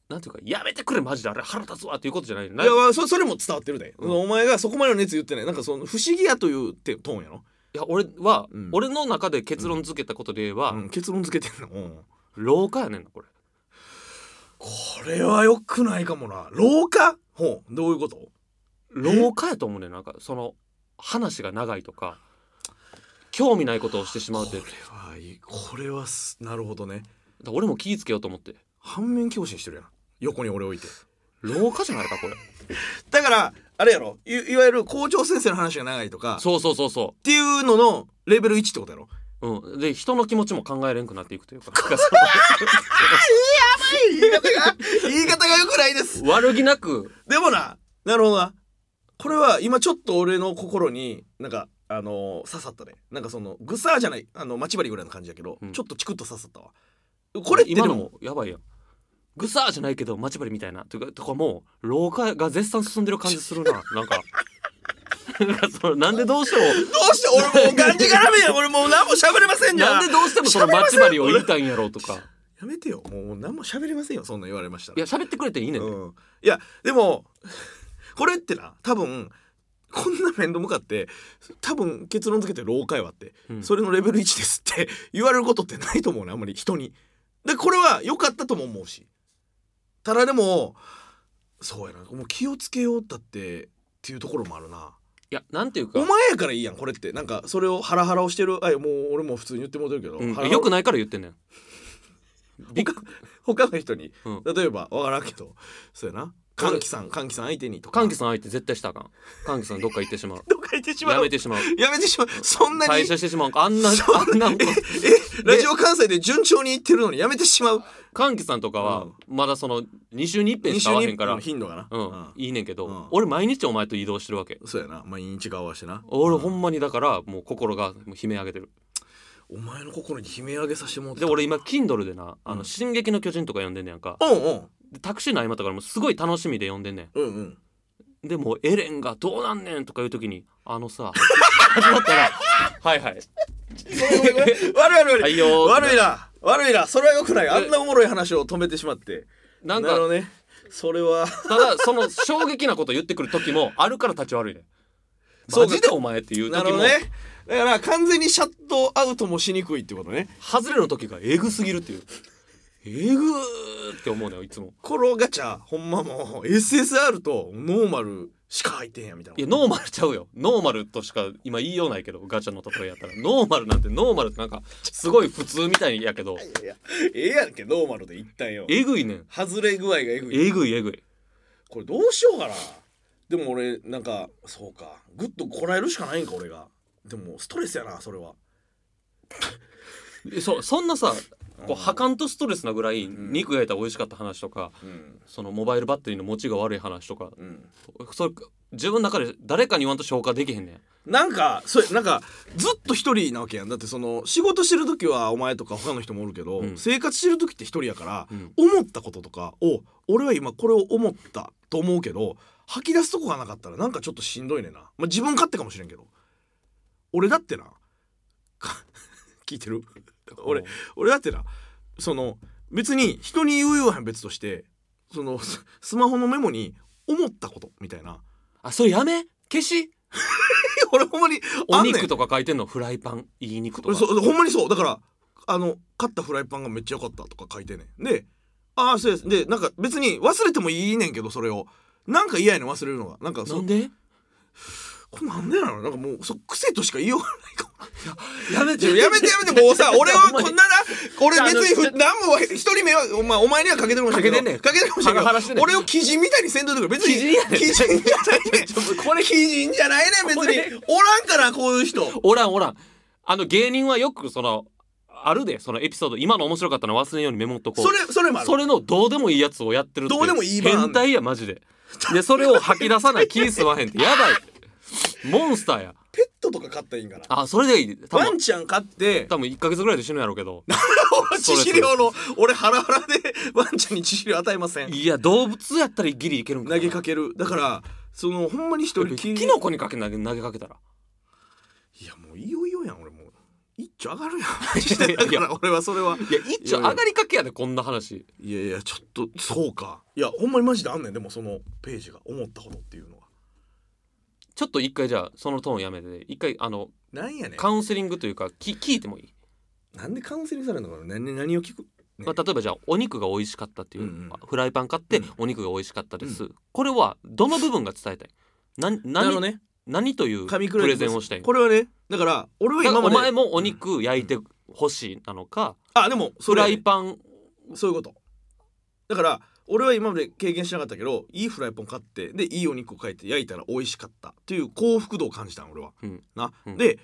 [SPEAKER 4] なんていうかやめてくれマジであれ腹立つわっていうことじゃないよ
[SPEAKER 5] い
[SPEAKER 4] な
[SPEAKER 5] や
[SPEAKER 4] い
[SPEAKER 5] まあそそれも伝わってるで、
[SPEAKER 4] うん
[SPEAKER 5] お前がそこまでの熱言ってないなんかその不思議やというてトーンやろ、
[SPEAKER 4] や俺は、
[SPEAKER 5] うん
[SPEAKER 4] 俺の中で結論付けたことで言えば、
[SPEAKER 5] うん、結論付けてんの、うん
[SPEAKER 4] 老化やねんなこれ
[SPEAKER 5] これは良くないかもな老化ほうどういうこと
[SPEAKER 4] 老化やと思うねんなんかその話が長いとか興味ないことをしてしまうっ
[SPEAKER 5] こ
[SPEAKER 4] て
[SPEAKER 5] れはいいこれはすなるほどね
[SPEAKER 4] だから俺も気ぃつけようと思って
[SPEAKER 5] 反面教師にしてるやん横に俺置いて
[SPEAKER 4] 老化じゃないかこれ
[SPEAKER 5] だからあれやろいいわゆる校長先生の話が長いとかっ
[SPEAKER 4] そうそうそうそ
[SPEAKER 5] ていうののレベル1ってことやろ
[SPEAKER 4] ううんで人の気持ちも考えれんくなっていくという
[SPEAKER 5] [laughs]
[SPEAKER 4] かなんか
[SPEAKER 5] 言い方が [laughs] 言い方が良くないです
[SPEAKER 4] その悪気なく
[SPEAKER 5] でもななるほどなこれは今ちょっと俺の心になんかあのー刺さったねなんかそのグサーじゃないあの待ち針ぐらいの感じやけど、
[SPEAKER 4] うん
[SPEAKER 5] ちょっとチクッと刺さったわこれってで
[SPEAKER 4] 今の
[SPEAKER 5] も
[SPEAKER 4] もやばいやんグサーじゃないけど待ち針みたいなとかとかもう老化が絶賛進んでる感じす
[SPEAKER 5] [laughs]
[SPEAKER 4] るななんかなんかそのなんでどうして
[SPEAKER 5] どうして俺もうがんじがらめや俺もう何も喋れません
[SPEAKER 4] も
[SPEAKER 5] じゃ
[SPEAKER 4] なん
[SPEAKER 5] ん
[SPEAKER 4] でどうしてもその待ち針を言いたいんやろうとか
[SPEAKER 5] やめてよもう何も喋れませんよそんなん言われましたら
[SPEAKER 4] いや喋ってくれていいねん、
[SPEAKER 5] うん、いやでもこれってな多分こんな面と向かって多分結論付けて老会話って、
[SPEAKER 4] うん
[SPEAKER 5] それのレベル1ですって言われることってないと思うねあんまり人に。でこれは良かったとも思うしただでもそうやなもう気をつけようだってっていうところもあるな。
[SPEAKER 4] いやなんていうか
[SPEAKER 5] お前やからいいやんこれってなんかそれをハラハラをしてるあいやもう俺も普通に言ってもうてるけ
[SPEAKER 4] う
[SPEAKER 5] ど、
[SPEAKER 4] ん
[SPEAKER 5] ハラハラ
[SPEAKER 4] よくないから言ってんねんびっく
[SPEAKER 5] 他の人に、
[SPEAKER 4] うん
[SPEAKER 5] 例えばわからんけどそうやな歓喜さん歓喜さん相手にとか
[SPEAKER 4] 歓喜さん相手絶対したらあかん歓喜さんどっか行ってしまう
[SPEAKER 5] どっか行って [laughs] しまう
[SPEAKER 4] やめてしまう
[SPEAKER 5] やめてしまうそんなに
[SPEAKER 4] 退社してしまうあんな
[SPEAKER 5] そ
[SPEAKER 4] あんな
[SPEAKER 5] えラジオ関西で順調にいってるのにやめてしまう
[SPEAKER 4] 歓喜さんとかはまだその2週に1遍しか会わへんから
[SPEAKER 5] 二週に頻度がな
[SPEAKER 4] うん、いいねんけど、
[SPEAKER 5] うん
[SPEAKER 4] 俺毎日お前と移動してるわけ
[SPEAKER 5] そうやな毎日顔合わせてな
[SPEAKER 4] 俺ほ
[SPEAKER 5] うん
[SPEAKER 4] まにだからもう心がもう悲鳴上げてる
[SPEAKER 5] お前の心に悲鳴上げさせてもらって
[SPEAKER 4] で
[SPEAKER 5] た
[SPEAKER 4] 俺今 Kindle でな「あ
[SPEAKER 5] うん
[SPEAKER 4] の進撃の巨人」とか読んでんねやんか
[SPEAKER 5] うんうん
[SPEAKER 4] でタクシーの合間とかでもすごい楽しみで読んでんね
[SPEAKER 5] う
[SPEAKER 4] [laughs]
[SPEAKER 5] んうん
[SPEAKER 4] んでもうエレンが「どうなんねん」とかいう時に「あのさ」 [laughs] 始まったら「はいはい
[SPEAKER 5] 悪い悪い
[SPEAKER 4] は
[SPEAKER 5] 悪い
[SPEAKER 4] いよー」
[SPEAKER 5] 悪いな悪いなそれはよくないあんなおもろい話を止めてしまって
[SPEAKER 4] なん
[SPEAKER 5] るほ
[SPEAKER 4] か
[SPEAKER 5] どねそれは
[SPEAKER 4] ただその衝撃なこと言ってくる時もあるから立ち悪いねん
[SPEAKER 5] そう
[SPEAKER 4] マ
[SPEAKER 5] か
[SPEAKER 4] ジでお前っていう
[SPEAKER 5] な
[SPEAKER 4] 時
[SPEAKER 5] るほ
[SPEAKER 4] も
[SPEAKER 5] どねだから完全にシャットアウトもしにくいってことね
[SPEAKER 4] 外れの時がえぐすぎるっていうえぐーって思うのよいつも
[SPEAKER 5] このガチャほんまもう SSR とノーマルしか入ってへんやみたいない
[SPEAKER 4] やノーマルちゃうよノーマルとしか今言いようないけどガチャの例えやったらノーマルなんてノーマルってなんかすごい普通みたいやけど
[SPEAKER 5] いやええやんけノーマルで一旦よ
[SPEAKER 4] えぐいねん
[SPEAKER 5] 外れ具合がえぐい
[SPEAKER 4] えぐいえぐい
[SPEAKER 5] これどうしようかなでも俺なんかそうかグッとこらえるしかないんか俺がでもストレスやなそれは
[SPEAKER 4] えそそんなさこう
[SPEAKER 5] うん
[SPEAKER 4] はかんとストレスなぐらい
[SPEAKER 5] ん
[SPEAKER 4] 肉焼いたら美味しかった話とか
[SPEAKER 5] うん
[SPEAKER 4] そのモバイルバッテリーの持ちが悪い話とか
[SPEAKER 5] うん
[SPEAKER 4] それ自分の中で誰かに言わんと消化できへんねん
[SPEAKER 5] なんかそれなんかずっと一人なわけやんだってその仕事してる時はお前とか他の人もおるけど、
[SPEAKER 4] うん
[SPEAKER 5] 生活してる時って一人やから、
[SPEAKER 4] うん
[SPEAKER 5] 思ったこととかを俺は今これを思ったと思うけど吐き出すとこがなかったらなんかちょっとしんどいねんな、まあ、自分勝手かもしれんけど俺だってな [laughs] か聞いてる俺俺だってなその別に人に言うようはん別としてその [laughs] ススマホのメモに思ったことみたいな
[SPEAKER 4] あそれやめ消し
[SPEAKER 5] 俺ほんまに
[SPEAKER 4] お
[SPEAKER 5] あんねん
[SPEAKER 4] 肉とか書いてんのフライパンいい肉とか
[SPEAKER 5] そうほんまにそうだからあの買ったフライパンがめっちゃ良かったとか書いてんねんでああそうですでなんか別に忘れてもいいねんけどそれをなんか嫌やねん忘れるのがなんか
[SPEAKER 4] な
[SPEAKER 5] そ
[SPEAKER 4] んで
[SPEAKER 5] これなんでなのなんかもうそ癖としか言いようがないかも
[SPEAKER 4] やめ
[SPEAKER 5] ちょやめてやめて
[SPEAKER 4] [laughs]
[SPEAKER 5] も [laughs] うさ俺はこんなな
[SPEAKER 4] い
[SPEAKER 5] 俺
[SPEAKER 4] やあの
[SPEAKER 5] 別に
[SPEAKER 4] ち
[SPEAKER 5] ふ
[SPEAKER 4] ょ
[SPEAKER 5] 何も一人目はお前お前にはかけてるかもしれんけ
[SPEAKER 4] かけてんね
[SPEAKER 5] ど
[SPEAKER 4] ん
[SPEAKER 5] かけてるかもしれんけ
[SPEAKER 4] はがはらしてん
[SPEAKER 5] ど
[SPEAKER 4] ねん
[SPEAKER 5] 俺を鬼人みたいにせんといてくれ別に
[SPEAKER 4] 鬼人やねん
[SPEAKER 5] 鬼人じゃないねんこれ鬼人じゃないねん別におらんからこういう人
[SPEAKER 4] おらんおらんあの芸人はよくそのあるでそのエピソード今の面白かったの忘れんようにメモっとこう
[SPEAKER 5] それそれもある
[SPEAKER 4] それのどうでもいいやつをやってるって
[SPEAKER 5] どうでもいい版あんねん [laughs]
[SPEAKER 4] 変態やマジででそれを吐き出さない気吸わへんってやばいモンスターや
[SPEAKER 5] ペットとか飼ったらいいんかな
[SPEAKER 4] あそれでいい多
[SPEAKER 5] ワン
[SPEAKER 4] 分
[SPEAKER 5] ちゃん飼って
[SPEAKER 4] 多分1ヶ月ぐらいで死ぬやろうけど
[SPEAKER 5] 致死量の俺ハラハラでワンちゃんに致死量与えません
[SPEAKER 4] いや動物やったらギリいけるんかな
[SPEAKER 5] 投げかけるだからそのほんまに一
[SPEAKER 4] だっ
[SPEAKER 5] 人
[SPEAKER 4] て
[SPEAKER 5] きり
[SPEAKER 4] キノコにかけ投げ投げかけたら
[SPEAKER 5] いやもういよいよやん俺もう一丁上がるやんマジでだ
[SPEAKER 4] い
[SPEAKER 5] か
[SPEAKER 4] や
[SPEAKER 5] ら俺はそれはい
[SPEAKER 4] や一応上がりかけやでこんな話
[SPEAKER 5] いやいやちょっとそうかいやほんまにマジであんねんでもそのページが思ったことっていうのは
[SPEAKER 4] ちょっと一回じゃあそのトーンやめて一回あの
[SPEAKER 5] なんやね
[SPEAKER 4] カ
[SPEAKER 5] ん
[SPEAKER 4] ウンセリングというかき聞いてもいい、
[SPEAKER 5] なんでカウンセリングされるのかな何何を聞くね
[SPEAKER 4] まあ、例えばじゃあお肉が美味しかったっていう、
[SPEAKER 5] うんうん
[SPEAKER 4] フライパン買って
[SPEAKER 5] うん
[SPEAKER 4] お肉が美味しかったです、これはどの部分が伝えたい何
[SPEAKER 5] な
[SPEAKER 4] 何,、
[SPEAKER 5] るほどね
[SPEAKER 4] 何という
[SPEAKER 5] 紙
[SPEAKER 4] プ
[SPEAKER 5] くらい
[SPEAKER 4] レゼンをしたいの
[SPEAKER 5] これはねだから俺は今ま
[SPEAKER 4] お
[SPEAKER 5] で
[SPEAKER 4] 前もお肉焼いてほしいなのか、
[SPEAKER 5] あでもそ
[SPEAKER 4] フ
[SPEAKER 5] れや
[SPEAKER 4] ラ
[SPEAKER 5] ね
[SPEAKER 4] イパ
[SPEAKER 5] [laughs]
[SPEAKER 4] ン
[SPEAKER 5] そういうことだから俺は今まで経験しなかったけどいいフライパン買ってでいいお肉を買って焼いたら美味しかったっていう幸福度を感じたん俺は、
[SPEAKER 4] うん
[SPEAKER 5] な、
[SPEAKER 4] うん
[SPEAKER 5] で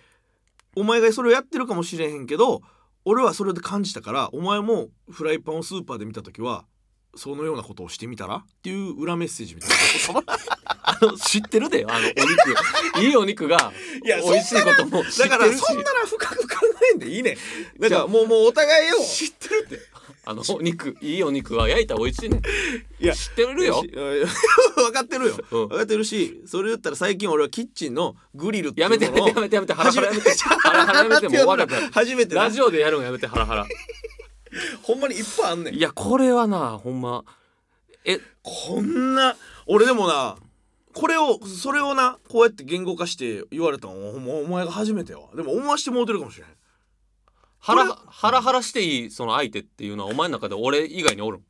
[SPEAKER 5] お前がそれをやってるかもしれへんけど俺はそれで感じたからお前もフライパンをスーパーで見た時はそのようなことをしてみたらっていう裏メッセージみたいな
[SPEAKER 4] あの知ってるであのお肉 [laughs] いいお肉が
[SPEAKER 5] いや
[SPEAKER 4] 美味しいことも知っ
[SPEAKER 5] だ
[SPEAKER 4] て
[SPEAKER 5] から
[SPEAKER 4] るし
[SPEAKER 5] そんなら深く考えんでいいねんだからもうもうお互いを知ってるって
[SPEAKER 4] あのお肉いいお肉は焼いたら美味しいね
[SPEAKER 5] いや
[SPEAKER 4] 知ってるよ
[SPEAKER 5] い
[SPEAKER 4] [laughs]
[SPEAKER 5] やいや分かってるよ、
[SPEAKER 4] うん
[SPEAKER 5] 分かってるしそれだったら最近俺はキッチンのグリルってい
[SPEAKER 4] や
[SPEAKER 5] うも
[SPEAKER 4] め
[SPEAKER 5] の
[SPEAKER 4] て
[SPEAKER 5] を
[SPEAKER 4] やめてやめてやめてハラハラやめて
[SPEAKER 5] 初め
[SPEAKER 4] ハラハラやめてもう分かった
[SPEAKER 5] 初めてな
[SPEAKER 4] ラジオでやるのやめてハラハラ
[SPEAKER 5] ほんまにいっぱいあんねん
[SPEAKER 4] いやこれはなほんまえ
[SPEAKER 5] こんな俺でもなこれをそれをなこうやって言語化して言われたのほんまお前が初めてやわでも思わしてもうてるかもしれへん
[SPEAKER 4] ハラ
[SPEAKER 5] これ
[SPEAKER 4] ハラハラしていいその相手っていうのはお前の中で俺以外におるん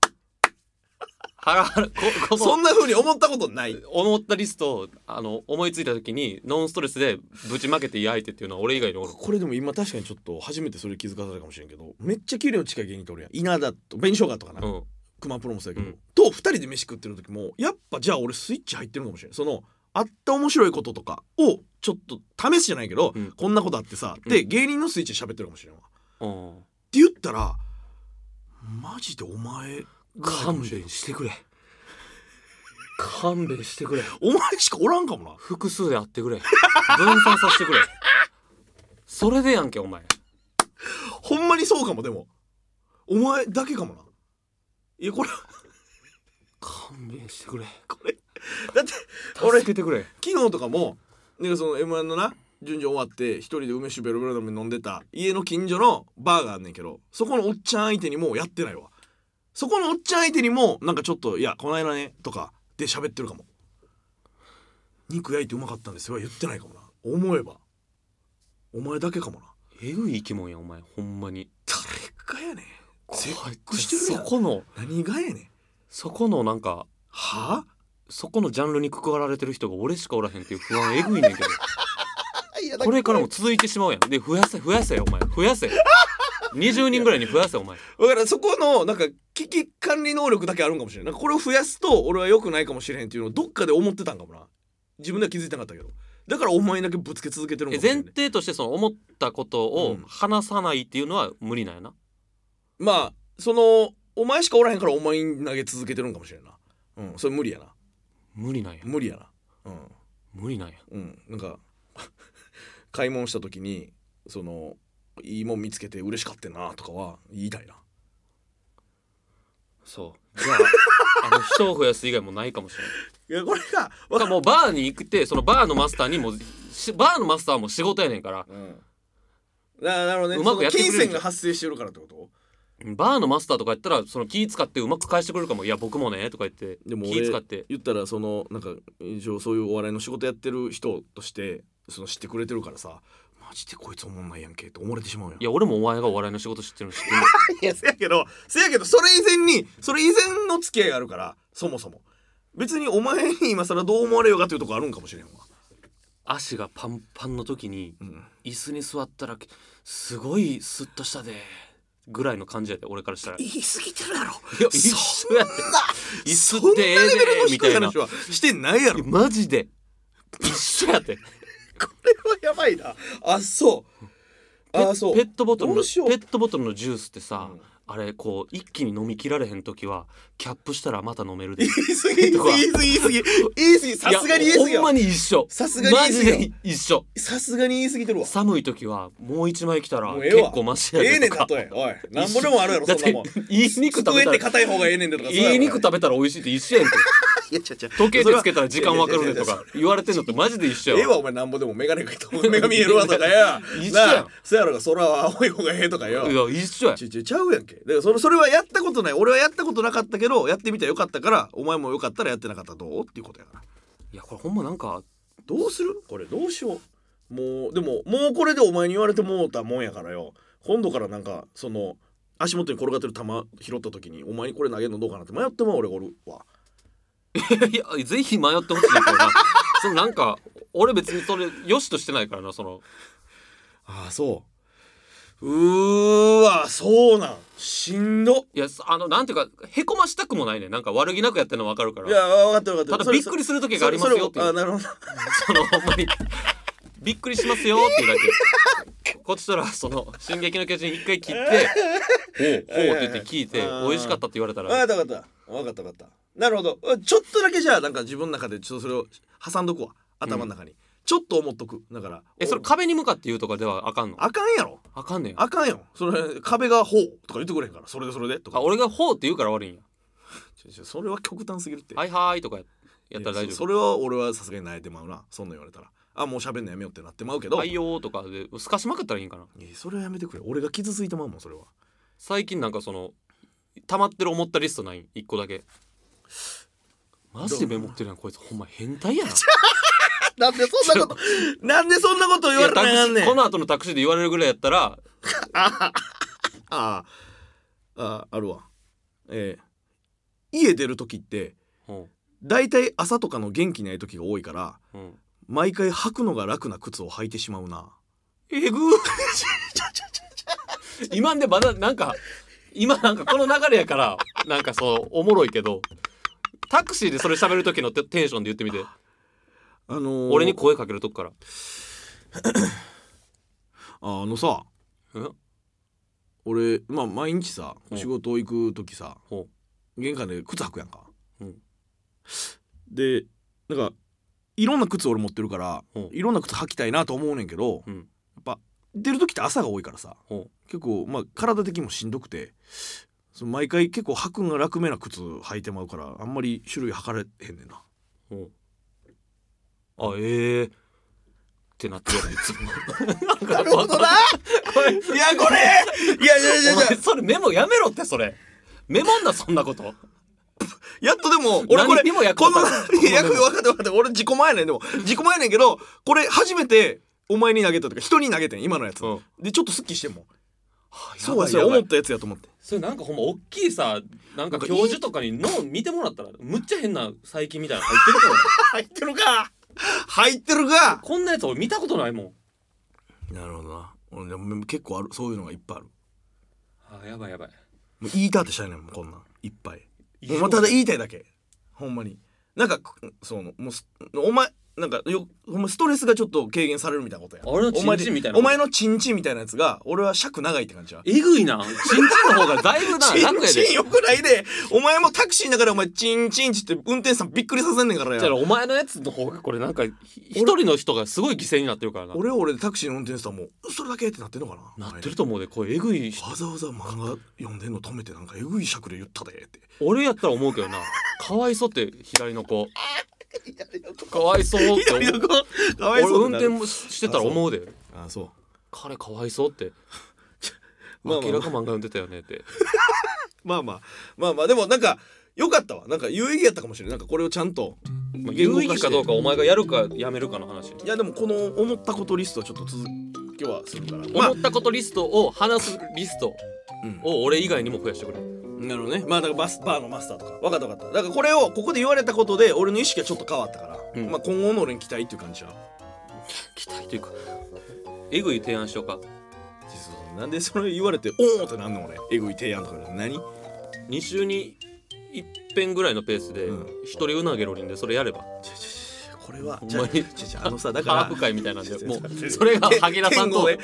[SPEAKER 4] ハラハラここの
[SPEAKER 5] そんな風に思ったことない
[SPEAKER 4] 思ったリストをあの思いついた時にノンストレスでぶちまけていい相手っていうのは俺以外におるん
[SPEAKER 5] これでも今確かにちょっと初めてそれ気づかされるかもしれんけどめっちゃ給料近い芸人と俺や稲田と紅生姜とかな、
[SPEAKER 4] うん
[SPEAKER 5] 熊プロもそうやけど、
[SPEAKER 4] うん
[SPEAKER 5] と2人で飯食ってる時もやっぱじゃあ俺スイッチ入ってるのかもしれないそのあった面白いこととかをちょっと試すじゃないけど、
[SPEAKER 4] うん
[SPEAKER 5] こんなことあってさで芸人のスイッチで喋ってるかもしれんわっ
[SPEAKER 4] うん
[SPEAKER 5] て言ったらマジでお前ぐらいか
[SPEAKER 4] 勘
[SPEAKER 5] もしれん
[SPEAKER 4] 弁してくれ勘弁してくれ
[SPEAKER 5] お前しかおらんかもな
[SPEAKER 4] 複数であってくれ分散させてくれそれでやんけお前
[SPEAKER 5] ほんまにそうかもでもお前だけかもないやこれ
[SPEAKER 4] 勘弁してくれ
[SPEAKER 5] これだって俺
[SPEAKER 4] 助けてくれ
[SPEAKER 5] 昨日とかもなんかその m 1のな順序終わって一人で梅酒ベロベロで飲んでた家の近所のバーがあんねんけどそこのおっちゃん相手にもうやってないわそこのおっちゃん相手にもなんかちょっと「いやこないだね」とかで喋ってるかも肉焼いてうまかったんですよは言ってないかもな思えばお前だけかもな
[SPEAKER 4] えぐい生き物やお前ほんまに
[SPEAKER 5] 誰かやねん
[SPEAKER 4] こ
[SPEAKER 5] 絶
[SPEAKER 4] い
[SPEAKER 5] 句してるやん
[SPEAKER 4] そこの
[SPEAKER 5] 何がやねん
[SPEAKER 4] そこのなんか
[SPEAKER 5] は
[SPEAKER 4] そこのジャンルにくくられてる人が俺しかおらへんっていう不安えぐいねん
[SPEAKER 5] [laughs]
[SPEAKER 4] けど
[SPEAKER 5] あいやだ
[SPEAKER 4] これからも続いてしまうやんで増やせ増やせお前増やせ20人ぐらいに増やせお前
[SPEAKER 5] だからそこのなんか危機管理能力だけあるんかもしれないなんかこれを増やすと俺は良くないかもしれへんっていうのをどっかで思ってたんかもな自分では気づいてなかったけどだからお前だけぶつけ続けてるんか
[SPEAKER 4] え
[SPEAKER 5] もしれ
[SPEAKER 4] 前
[SPEAKER 5] ない
[SPEAKER 4] 提としてその思ったこと
[SPEAKER 5] う
[SPEAKER 4] を
[SPEAKER 5] ん
[SPEAKER 4] 話さないっていうのは無理なんやな
[SPEAKER 5] まあそのお前しかおらへんからお前に投げ続けてるんかもしれんなうんそれ無理やな
[SPEAKER 4] 無理なんや
[SPEAKER 5] 無理やなうん
[SPEAKER 4] 無理なんや
[SPEAKER 5] うんなんか [laughs] 買い物した時にそのいいもん見つけて嬉しかったなとかは言いたいな
[SPEAKER 4] そうじゃああ
[SPEAKER 5] [laughs]
[SPEAKER 4] の人を増やす以外もないかもしれない
[SPEAKER 5] いやこれが
[SPEAKER 4] だ
[SPEAKER 5] わ
[SPEAKER 4] か
[SPEAKER 5] から
[SPEAKER 4] もうバーに行ってそのバーのマスターにもしバーのマスターも仕事やねんから
[SPEAKER 5] うんななるほどね
[SPEAKER 4] うまくやってくれる
[SPEAKER 5] その金銭が発生してるからってこと
[SPEAKER 4] バーのマスターとかやったらその気使ってうまく返してくれるかもいや僕もねとか言って
[SPEAKER 5] でも
[SPEAKER 4] 気
[SPEAKER 5] 俺
[SPEAKER 4] 使って
[SPEAKER 5] 言ったらそのなんか一応そういうお笑いの仕事やってる人としてその知ってくれてるからさマジでこいつおもんないやんけって思われてしまうやん
[SPEAKER 4] いや俺もお前がお笑いの仕事知ってるの知ってるよ
[SPEAKER 5] いやせやけどせやけどそれ以前にそれ以前の付き合いがあるからそもそも別にお前に今更どう思われようかっていうとこあるんかもしれんわ、
[SPEAKER 4] 足がパンパンの時に
[SPEAKER 5] うん、
[SPEAKER 4] 椅子に座ったらすごいスッとしたでぐらいの感じやで俺からしたらい
[SPEAKER 5] 言い過ぎてるやろ
[SPEAKER 4] や一
[SPEAKER 5] そ
[SPEAKER 4] 緒やで椅
[SPEAKER 5] そ
[SPEAKER 4] 子
[SPEAKER 5] ん
[SPEAKER 4] っ
[SPEAKER 5] な
[SPEAKER 4] て
[SPEAKER 5] レ
[SPEAKER 4] え
[SPEAKER 5] ベル
[SPEAKER 4] え
[SPEAKER 5] の
[SPEAKER 4] でみ
[SPEAKER 5] 低
[SPEAKER 4] た
[SPEAKER 5] い
[SPEAKER 4] いない
[SPEAKER 5] 話はしてないやろ
[SPEAKER 4] やマジで一緒やで
[SPEAKER 5] これはやばいなあそうあそう
[SPEAKER 4] ペットボトルの
[SPEAKER 5] ど
[SPEAKER 4] ペ
[SPEAKER 5] うしよう
[SPEAKER 4] ットボトルのジュースってさ、あれこう一気に飲み切られへん時はキャップしたらまた飲めるで
[SPEAKER 5] 言い過ぎ言い過ぎ言い過ぎ言い過ぎ [laughs] さすがに言い過ぎ
[SPEAKER 4] いや
[SPEAKER 5] よ
[SPEAKER 4] ほんまに一緒
[SPEAKER 5] さすがに言い過
[SPEAKER 4] マ
[SPEAKER 5] ぎよ
[SPEAKER 4] ジで一緒
[SPEAKER 5] さすがに言い過ぎてるわ
[SPEAKER 4] 寒い時はもう一枚来たら
[SPEAKER 5] もうええ
[SPEAKER 4] 結
[SPEAKER 5] わ
[SPEAKER 4] 構マシや
[SPEAKER 5] ええね
[SPEAKER 4] で
[SPEAKER 5] ん
[SPEAKER 4] とか
[SPEAKER 5] 例えおいなんぼでもあるやろ
[SPEAKER 4] だ
[SPEAKER 5] そ
[SPEAKER 4] っ
[SPEAKER 5] んな
[SPEAKER 4] て
[SPEAKER 5] もん
[SPEAKER 4] いい肉食
[SPEAKER 5] 机
[SPEAKER 4] べ
[SPEAKER 5] った
[SPEAKER 4] ら
[SPEAKER 5] て硬い方がええねんでとかそうやろ
[SPEAKER 4] いい肉食べたら美味しいって一緒やんけ
[SPEAKER 5] いやちゃちゃ
[SPEAKER 4] 時計でつけたら時間わかるでとか言われてんのとマジで一緒
[SPEAKER 5] ええ
[SPEAKER 4] やわ
[SPEAKER 5] わお前なんぼでも眼鏡かけた目が見えるわとかや
[SPEAKER 4] 一緒やん
[SPEAKER 5] なあそやろが空は青い方がええとかよ
[SPEAKER 4] いや一緒や
[SPEAKER 5] ちちちゃうやんけだからそれそれはやったことない俺はやったことなかったけどやってみたらよかったからお前もよかったらやってなかったらどうっていうことやから
[SPEAKER 4] いやこれほんまなんか
[SPEAKER 5] どうするこれどうしようもうでももうこれでお前に言われてもうたもんやからよ今度からなんかその足元に転がってる球拾った時にお前にこれ投げるのどうかなって迷っても俺がおるわ
[SPEAKER 4] いやぜひ迷ってほしいけどなそのなんか俺別にそれよしとしてないからなその
[SPEAKER 5] ああそううーわそうなんしんど
[SPEAKER 4] いやそあのなんていうかへこましたくもないねなんか悪気なくやってるの分かるか
[SPEAKER 5] いや
[SPEAKER 4] ら
[SPEAKER 5] 分かった分かった
[SPEAKER 4] ただびっくりする時がありますよっていう
[SPEAKER 5] あなるほど
[SPEAKER 4] そのほんまにびっくりしますよっていうだけこっちとらその「進撃の巨人」一回切って「ほうほう」って言って聞いて
[SPEAKER 5] はいはいはいあー
[SPEAKER 4] 美味しかったって言われた
[SPEAKER 5] わからったわかったわかったわかったなるほどちょっとだけじゃあなんか自分の中でちょっとそれを挟んどくわ頭の中に、ちょっと思っとくだから
[SPEAKER 4] えそれ
[SPEAKER 5] お
[SPEAKER 4] 壁に向かって言うとかではあかんの
[SPEAKER 5] あかんやろ
[SPEAKER 4] あかんねん
[SPEAKER 5] あかんよそれ壁が「ほう」とか言ってくれへんからそれでそれでとか
[SPEAKER 4] あ俺が「ほう」って言うから悪いんや
[SPEAKER 5] ちょちょそれは極端すぎるっ
[SPEAKER 4] 「
[SPEAKER 5] て
[SPEAKER 4] はいはい」とかやったら大
[SPEAKER 5] いやそ
[SPEAKER 4] 丈
[SPEAKER 5] それは俺はさすがに泣いてまうなそんなん言われたらあもう喋んのやめようってなってまうけ
[SPEAKER 4] 夫「
[SPEAKER 5] ど、
[SPEAKER 4] はいいよ」とかで透かしまくったらいいんかな
[SPEAKER 5] やそれはやめてくれ俺が傷ついてまうもんそれは
[SPEAKER 4] 最近なんかその溜まってる思ったリストない一個だけマジでメモってるやんこいつほんま変態やな
[SPEAKER 5] なんでそんなこと [laughs] なんでそんなこと [laughs] 言われたら
[SPEAKER 4] い
[SPEAKER 5] あ
[SPEAKER 4] や
[SPEAKER 5] か
[SPEAKER 4] タク
[SPEAKER 5] んね
[SPEAKER 4] シー
[SPEAKER 5] ん
[SPEAKER 4] この後のタクシーで言われるぐらいやったら
[SPEAKER 5] あああああるわええ家出る時って
[SPEAKER 4] うん
[SPEAKER 5] 大体朝とかの元気ない時が多いから
[SPEAKER 4] うん
[SPEAKER 5] 毎回履くのが楽な靴を履いてしまうな
[SPEAKER 4] えぐー今んでまだなんか今なんかこの流れやからなんかそうおもろいけどタクシーでそれ喋る時のテテンションで言ってみて
[SPEAKER 5] あのー、
[SPEAKER 4] 俺に声かけるとこから
[SPEAKER 5] ああのさ
[SPEAKER 4] うん
[SPEAKER 5] 俺まあ毎日さ
[SPEAKER 4] うん
[SPEAKER 5] 仕事行く時さ
[SPEAKER 4] ほ
[SPEAKER 5] 玄関で靴履くやんか、
[SPEAKER 4] うん
[SPEAKER 5] でなんかいろんな靴俺持ってるから
[SPEAKER 4] うん
[SPEAKER 5] いろんな靴履きたいなと思うねんけど、
[SPEAKER 4] うん
[SPEAKER 5] やっぱ出る時って朝が多いからさ
[SPEAKER 4] ほ
[SPEAKER 5] 結構まあ体的にもしんどくてその毎回結構履くんが楽めな靴履いてまうからあんまり種類履かれへんねんな
[SPEAKER 4] うほうあええー、ってなってるやんいつも [laughs] なるほどな
[SPEAKER 5] これいやこれいやいやい
[SPEAKER 4] お
[SPEAKER 5] やいや
[SPEAKER 4] 前それメモやめろってそれメモんなそんなこと
[SPEAKER 5] やっとでも俺これ
[SPEAKER 4] 何にも役
[SPEAKER 5] こ
[SPEAKER 4] 立
[SPEAKER 5] の
[SPEAKER 4] たない
[SPEAKER 5] いや役分かった分かった俺自己前やねんでも自己前やねんけどこれ初めてお前に投げたというか人に投げてん今のやつ、
[SPEAKER 4] うん
[SPEAKER 5] でちょっとスッキリしてんもん
[SPEAKER 4] そうや
[SPEAKER 5] そ
[SPEAKER 4] そう
[SPEAKER 5] や
[SPEAKER 4] れ
[SPEAKER 5] 思
[SPEAKER 4] 思っ
[SPEAKER 5] ったやつやと思って
[SPEAKER 4] それなんかほんま大きいさなんか教授とかに脳見てもらったらむっちゃ変な細菌みたいなの [laughs] 入ってるから
[SPEAKER 5] 入ってるか入ってるか
[SPEAKER 4] こんなやつ俺見たことないもん
[SPEAKER 5] なるほどな俺でも結構あるそういうのがいっぱいある
[SPEAKER 4] あやばいやばい
[SPEAKER 5] もう言いたってしたいねんもんこんなんいっぱいもうまあただ言いたいだけほんまになんかそのもうすお前なんかよほんまストレスがちょっと軽減されるみたいなことや
[SPEAKER 4] 俺のチンチン
[SPEAKER 5] お前で
[SPEAKER 4] みたいなこと
[SPEAKER 5] お前のチンチンみたいなやつが俺は尺長いって感じや
[SPEAKER 4] えぐいなチンチンの方がだいぶ [laughs] な
[SPEAKER 5] チ
[SPEAKER 4] 楽
[SPEAKER 5] ン
[SPEAKER 4] やで
[SPEAKER 5] チンよくないでお前もタクシーの中でお前チンチンチンって運転手さんびっくりさせんねんから
[SPEAKER 4] じゃあ
[SPEAKER 5] や
[SPEAKER 4] お前のやつの方がこれなんかひ一人の人がすごい犠牲になってるからな
[SPEAKER 5] 俺は俺でタクシーの運転手さんもそれだけってなってんのかな
[SPEAKER 4] なってると思うでこれえぐいし
[SPEAKER 5] わざわざ漫画読んでんの止めてなんかえぐい尺で言ったでって
[SPEAKER 4] 俺やったら思うけどなかわいそうって左の子かわいそうって思う
[SPEAKER 5] かわ
[SPEAKER 4] 俺
[SPEAKER 5] いそう
[SPEAKER 4] 運
[SPEAKER 5] っ
[SPEAKER 4] 転
[SPEAKER 5] てなる
[SPEAKER 4] もししてたら思うで
[SPEAKER 5] あそう
[SPEAKER 4] 彼かわいそうって
[SPEAKER 5] [laughs] まあまあ
[SPEAKER 4] 明らか漫画読んでたよねって
[SPEAKER 5] まあまあまあまあでもなんかよかったわなんか有意義やったかもしれないなんかこれをちゃんと
[SPEAKER 4] まあ
[SPEAKER 5] 言語
[SPEAKER 4] 有意
[SPEAKER 5] 化
[SPEAKER 4] 義
[SPEAKER 5] して
[SPEAKER 4] かどうかお前がやるかやめるかの話、
[SPEAKER 5] いやでもこの思ったことリストはちょっと続きはするからまあ
[SPEAKER 4] 思ったことリストを話すリスト
[SPEAKER 5] うん
[SPEAKER 4] を俺以外にも増やしてくれ、
[SPEAKER 5] なるほどねまあだからバスバーのマスターとか分かった分かっただからこれをここで言われたことで俺の意識がちょっと変わったから、
[SPEAKER 4] うん
[SPEAKER 5] まあ今後の俺に期待っていう感じは
[SPEAKER 4] 期待というかえぐい提案しようか
[SPEAKER 5] そうそうなんでそれ言われておおってなんの俺えぐい提案とかで何
[SPEAKER 4] 2週に一遍ぐらいのペースで
[SPEAKER 5] うん
[SPEAKER 4] 一人うなげろりんでそれやれば
[SPEAKER 5] ここれは
[SPEAKER 4] ほん
[SPEAKER 5] じゃ
[SPEAKER 4] ま
[SPEAKER 5] あ
[SPEAKER 4] に
[SPEAKER 5] 違う違うあのさだか
[SPEAKER 4] ハ
[SPEAKER 5] ら
[SPEAKER 4] ーフ会みたいなんで
[SPEAKER 5] [laughs] 違う違う
[SPEAKER 4] もう
[SPEAKER 5] 違う
[SPEAKER 4] それが
[SPEAKER 5] 天
[SPEAKER 4] 萩原さんと
[SPEAKER 5] 天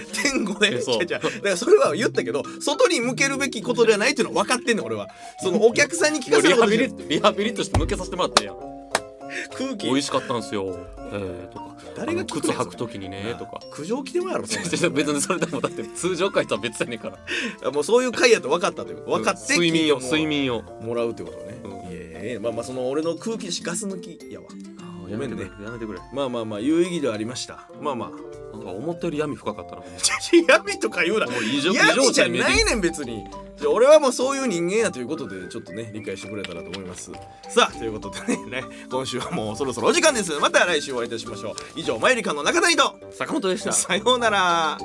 [SPEAKER 5] 狗ね
[SPEAKER 4] え
[SPEAKER 5] 天
[SPEAKER 4] そう
[SPEAKER 5] 狗ね違う違うだからそれは言ったけど外に向けるべきことではないっていうのは分かってんねん俺はそのお客さんに聞
[SPEAKER 4] も
[SPEAKER 5] か
[SPEAKER 4] う
[SPEAKER 5] せ
[SPEAKER 4] リ
[SPEAKER 5] るこ
[SPEAKER 4] ハ
[SPEAKER 5] と
[SPEAKER 4] ビ
[SPEAKER 5] じゃ
[SPEAKER 4] リリハビリとして向けさせてもらったやん
[SPEAKER 5] 空気
[SPEAKER 4] 美味しかったんすよえー、とか
[SPEAKER 5] 誰が聞くねん
[SPEAKER 4] あの靴履く時にねとか
[SPEAKER 5] 苦情来てもやろ [laughs] そんなん
[SPEAKER 4] 別にそれでもだって通常会とは別だねんから
[SPEAKER 5] もうそういう回やと分かったということ分かって
[SPEAKER 4] 睡眠を
[SPEAKER 5] 金をもらう
[SPEAKER 4] 睡眠を
[SPEAKER 5] もらうってことね、
[SPEAKER 4] うん
[SPEAKER 5] いやいやまあまあその俺の空気しガス抜きやわごめんね
[SPEAKER 4] やめてくれやめて
[SPEAKER 5] まあまあまあ有意義ではありましたまあまあ
[SPEAKER 4] くれなんか思ったより闇深かったな
[SPEAKER 5] [laughs] 闇とか言うな
[SPEAKER 4] もう異常
[SPEAKER 5] 闇じゃ
[SPEAKER 4] 異常者に見えて
[SPEAKER 5] ないねん別にじゃあ俺はもうそういう人間やということでちょっとね理解してくれたらと思いますさあということでね [laughs] ね今週はもうそろそろお時間ですまた来週お会いいたしましょう以上マイリカの中谷と
[SPEAKER 4] 坂本でした
[SPEAKER 5] さようなら